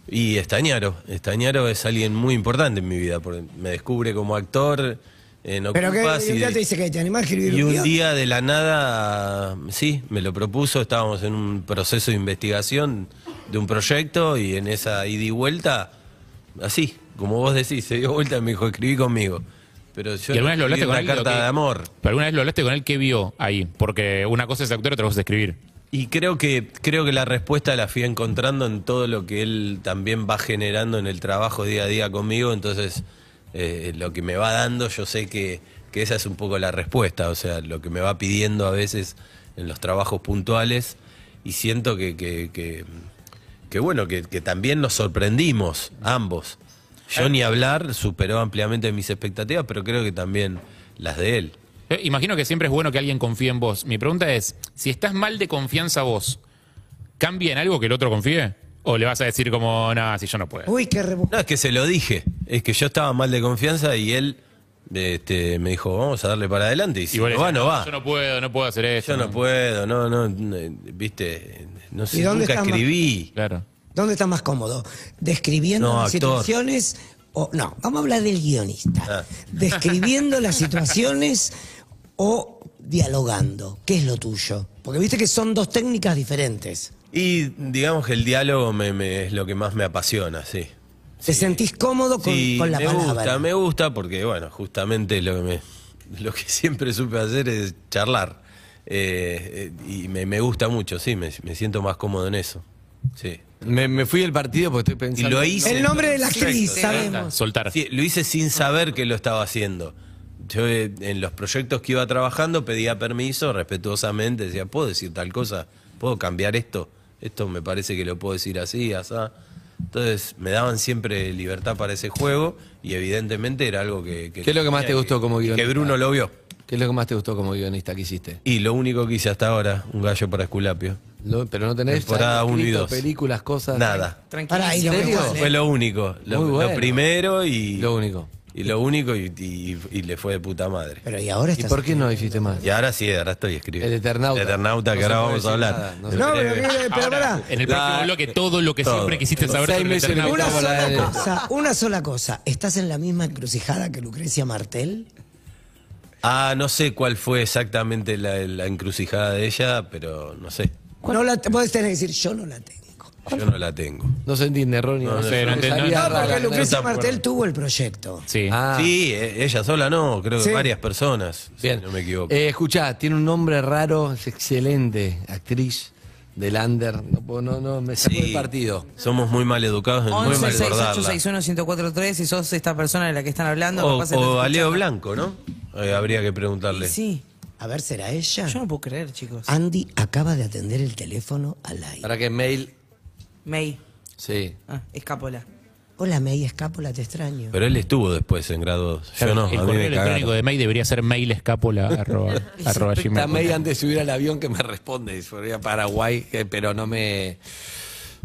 Speaker 6: y Estañaro. Estañaro es alguien muy importante en mi vida, porque me descubre como actor eh, en
Speaker 7: Pero que
Speaker 6: Ocupas
Speaker 7: un
Speaker 6: y,
Speaker 7: día te dice que te animás a escribir
Speaker 6: y
Speaker 7: un
Speaker 6: un
Speaker 7: guión.
Speaker 6: día de la nada, sí, me lo propuso, estábamos en un proceso de investigación de un proyecto y en esa ida y vuelta, así, como vos decís, se dio vuelta y me dijo, escribí conmigo. Pero yo
Speaker 3: ¿Y alguna vez lo
Speaker 6: escribí
Speaker 3: hablaste con él?
Speaker 6: una carta
Speaker 3: lo que-
Speaker 6: de amor.
Speaker 3: ¿Pero alguna vez lo hablaste con él? ¿Qué vio ahí? Porque una cosa es actuar, otra cosa es escribir.
Speaker 6: Y creo que, creo que la respuesta la fui encontrando en todo lo que él también va generando en el trabajo día a día conmigo. Entonces, eh, lo que me va dando, yo sé que, que esa es un poco la respuesta. O sea, lo que me va pidiendo a veces en los trabajos puntuales. Y siento que, que- que- que bueno, que, que también nos sorprendimos ambos. Yo ni hablar superó ampliamente mis expectativas, pero creo que también las de él.
Speaker 3: Eh, Imagino que siempre es bueno que alguien confíe en vos. Mi pregunta es, si estás mal de confianza vos, ¿cambia en algo que el otro confíe? ¿O le vas a decir como, nada, si yo no puedo?
Speaker 7: Uy, qué rebo...
Speaker 6: No, es que se lo dije. Es que yo estaba mal de confianza y él este, me dijo, vamos a darle para adelante. Y si
Speaker 3: Y vos le
Speaker 6: no va,
Speaker 3: decís,
Speaker 6: no va.
Speaker 3: Yo no puedo, no puedo hacer eso.
Speaker 6: Yo no puedo, no, no, no, viste, no sé,
Speaker 7: ¿Y dónde
Speaker 6: nunca
Speaker 7: está Ma-
Speaker 6: escribí.
Speaker 3: Claro.
Speaker 7: ¿Dónde está más cómodo? ¿Describiendo
Speaker 6: No,
Speaker 7: las
Speaker 6: actor.
Speaker 7: situaciones? O, no, vamos a hablar del guionista.
Speaker 6: Ah.
Speaker 7: ¿Describiendo las situaciones o dialogando? ¿Qué es lo tuyo? Porque viste que son dos técnicas diferentes.
Speaker 6: Y digamos que el diálogo me, me- es lo que más me apasiona, sí.
Speaker 7: ¿Te sentís cómodo con,
Speaker 6: Sí,
Speaker 7: con la
Speaker 6: me
Speaker 7: palabra?
Speaker 6: gusta, me gusta porque, bueno, justamente lo que, me- lo que siempre supe hacer es charlar. Eh, eh, y me, me gusta mucho, sí, me, me siento más cómodo en eso. Sí.
Speaker 2: Me, me fui del partido porque estoy
Speaker 6: Y
Speaker 2: pensando.
Speaker 6: lo hice.
Speaker 7: El nombre de la
Speaker 6: Perfecto,
Speaker 7: actriz,
Speaker 6: sí.
Speaker 7: sabemos.
Speaker 3: Soltar.
Speaker 6: Sí, lo hice sin saber que lo estaba haciendo. Yo eh, en los proyectos que iba trabajando pedía permiso respetuosamente, decía, ¿puedo decir tal cosa? ¿Puedo cambiar esto? Esto me parece que lo puedo decir así, asá. Entonces me daban siempre libertad para ese juego y evidentemente era algo que... que
Speaker 2: ¿Qué es lo que más
Speaker 6: tenía
Speaker 2: te gustó como guionista?
Speaker 6: Que Bruno lo vio.
Speaker 2: ¿Qué es lo que más te gustó como guionista que hiciste?
Speaker 6: Y lo único que hice hasta ahora, un gallo para Esculapio.
Speaker 2: No, pero no tenés
Speaker 6: Temporada
Speaker 2: ¿sabes?
Speaker 6: uno y
Speaker 2: escrito,
Speaker 6: dos.
Speaker 2: películas, cosas.
Speaker 6: Nada.
Speaker 4: Tranquilo.
Speaker 7: Pará, ¿y lo
Speaker 2: ¿En serio?
Speaker 7: mejor?
Speaker 6: Fue lo único. Lo,
Speaker 2: Muy
Speaker 6: lo
Speaker 2: bueno.
Speaker 6: primero y...
Speaker 2: Lo único.
Speaker 6: Y lo único y, y- y le fue de puta madre.
Speaker 7: Pero ¿y ahora
Speaker 2: ¿Y
Speaker 7: estás
Speaker 2: por qué no hiciste más?
Speaker 6: Y ahora sí, ahora estoy escribiendo.
Speaker 2: El Eternauta.
Speaker 6: El Eternauta,
Speaker 2: No se
Speaker 6: que ahora
Speaker 2: puede
Speaker 6: vamos a
Speaker 2: decir
Speaker 6: hablar.
Speaker 2: nada,
Speaker 6: Eh,
Speaker 2: no
Speaker 6: De
Speaker 2: se
Speaker 7: No,
Speaker 6: breve.
Speaker 7: pero, pero, pero pará.
Speaker 3: En el próximo
Speaker 6: La-
Speaker 3: bloque, todo lo que
Speaker 6: todo.
Speaker 3: siempre quisiste
Speaker 2: Los
Speaker 3: saber
Speaker 2: seis
Speaker 3: sobre el
Speaker 2: meses no
Speaker 3: Eternauta.
Speaker 7: Una
Speaker 2: Estamos
Speaker 7: sola
Speaker 2: la-
Speaker 7: cosa, una sola cosa. ¿Estás en la misma encrucijada que Lucrecia Martel?
Speaker 6: Ah, no sé cuál fue exactamente la, la encrucijada de ella, pero no sé.
Speaker 7: No la, vos tenés que decir, yo no la tengo.
Speaker 6: Yo no la tengo.
Speaker 2: No se entiende, Ronnie.
Speaker 6: No, no
Speaker 3: sé, no
Speaker 2: Porque
Speaker 3: entiendo.
Speaker 2: salía
Speaker 3: No,
Speaker 2: rara,
Speaker 7: Porque
Speaker 2: ¿no?
Speaker 7: Lucrecia
Speaker 6: tampoco.
Speaker 7: Martel tuvo el proyecto.
Speaker 3: Sí.
Speaker 2: Ah,
Speaker 6: Sí, e- ella sola no, creo que
Speaker 7: Sí.
Speaker 6: varias personas,
Speaker 2: bien.
Speaker 6: si no me equivoco.
Speaker 2: Eh, escuchá, tiene un nombre raro, es excelente, actriz del under. No, puedo- no, no, me sacó
Speaker 6: Sí.
Speaker 2: el partido.
Speaker 6: Somos muy mal educados en muy
Speaker 4: 11
Speaker 6: mal
Speaker 4: 6861 1043 si sos esta persona de la que están hablando.
Speaker 6: O,
Speaker 4: capaz se está
Speaker 6: o a Leo
Speaker 4: escuchando.
Speaker 6: Blanco, ¿no? Eh, habría que preguntarle.
Speaker 4: Sí,
Speaker 7: A ver, ¿será ella?
Speaker 4: yo no puedo creer, chicos.
Speaker 6: Ah.
Speaker 7: Andy acaba de atender el teléfono al aire.
Speaker 2: Para que mail.
Speaker 4: May,
Speaker 2: Sí.
Speaker 4: ah, escapola.
Speaker 7: Hola, May Escápola, te extraño.
Speaker 6: Pero él estuvo después en grado 2. Yo no, a
Speaker 3: el
Speaker 6: mí
Speaker 3: correo
Speaker 6: me
Speaker 3: electrónico
Speaker 6: cagaron.
Speaker 3: de mail debería ser mailescapola arroba, arroba gmail
Speaker 2: La
Speaker 3: punto com.
Speaker 2: May antes de subir al avión que me responde. y Fue a Paraguay, eh, pero no me.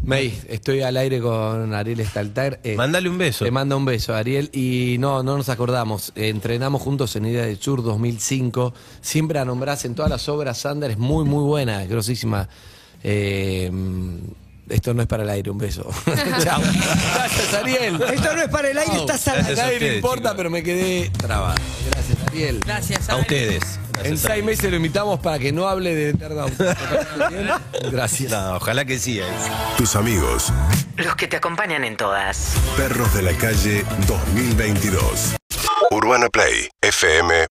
Speaker 2: May, estoy al aire con Ariel Staltar. eh,
Speaker 6: Mándale un beso.
Speaker 2: Te manda un beso, Ariel. Y no, no nos acordamos. Eh, Entrenamos juntos en Idea de Sur 2005. Siempre la nombrás en todas las obras. Sander es muy, muy buena, es grosísima. Eh, esto no es para el aire, un beso. Chao. Gracias, Ariel.
Speaker 7: Esto no es para el aire,
Speaker 2: Chau.
Speaker 7: estás al
Speaker 6: Gracias
Speaker 2: El
Speaker 6: a
Speaker 2: aire
Speaker 6: ustedes,
Speaker 2: importa,
Speaker 6: chicos.
Speaker 2: pero me quedé trabado. Gracias, Ariel.
Speaker 4: Gracias,
Speaker 6: A
Speaker 4: Ale.
Speaker 6: ustedes.
Speaker 2: En seis meses lo invitamos para que no hable de Eternauta. Gracias.
Speaker 6: No, ojalá que sí. eh.
Speaker 1: Tus amigos,
Speaker 8: Los que te acompañan en todas.
Speaker 1: perros de la calle 2022. UrbanaPlayFM.com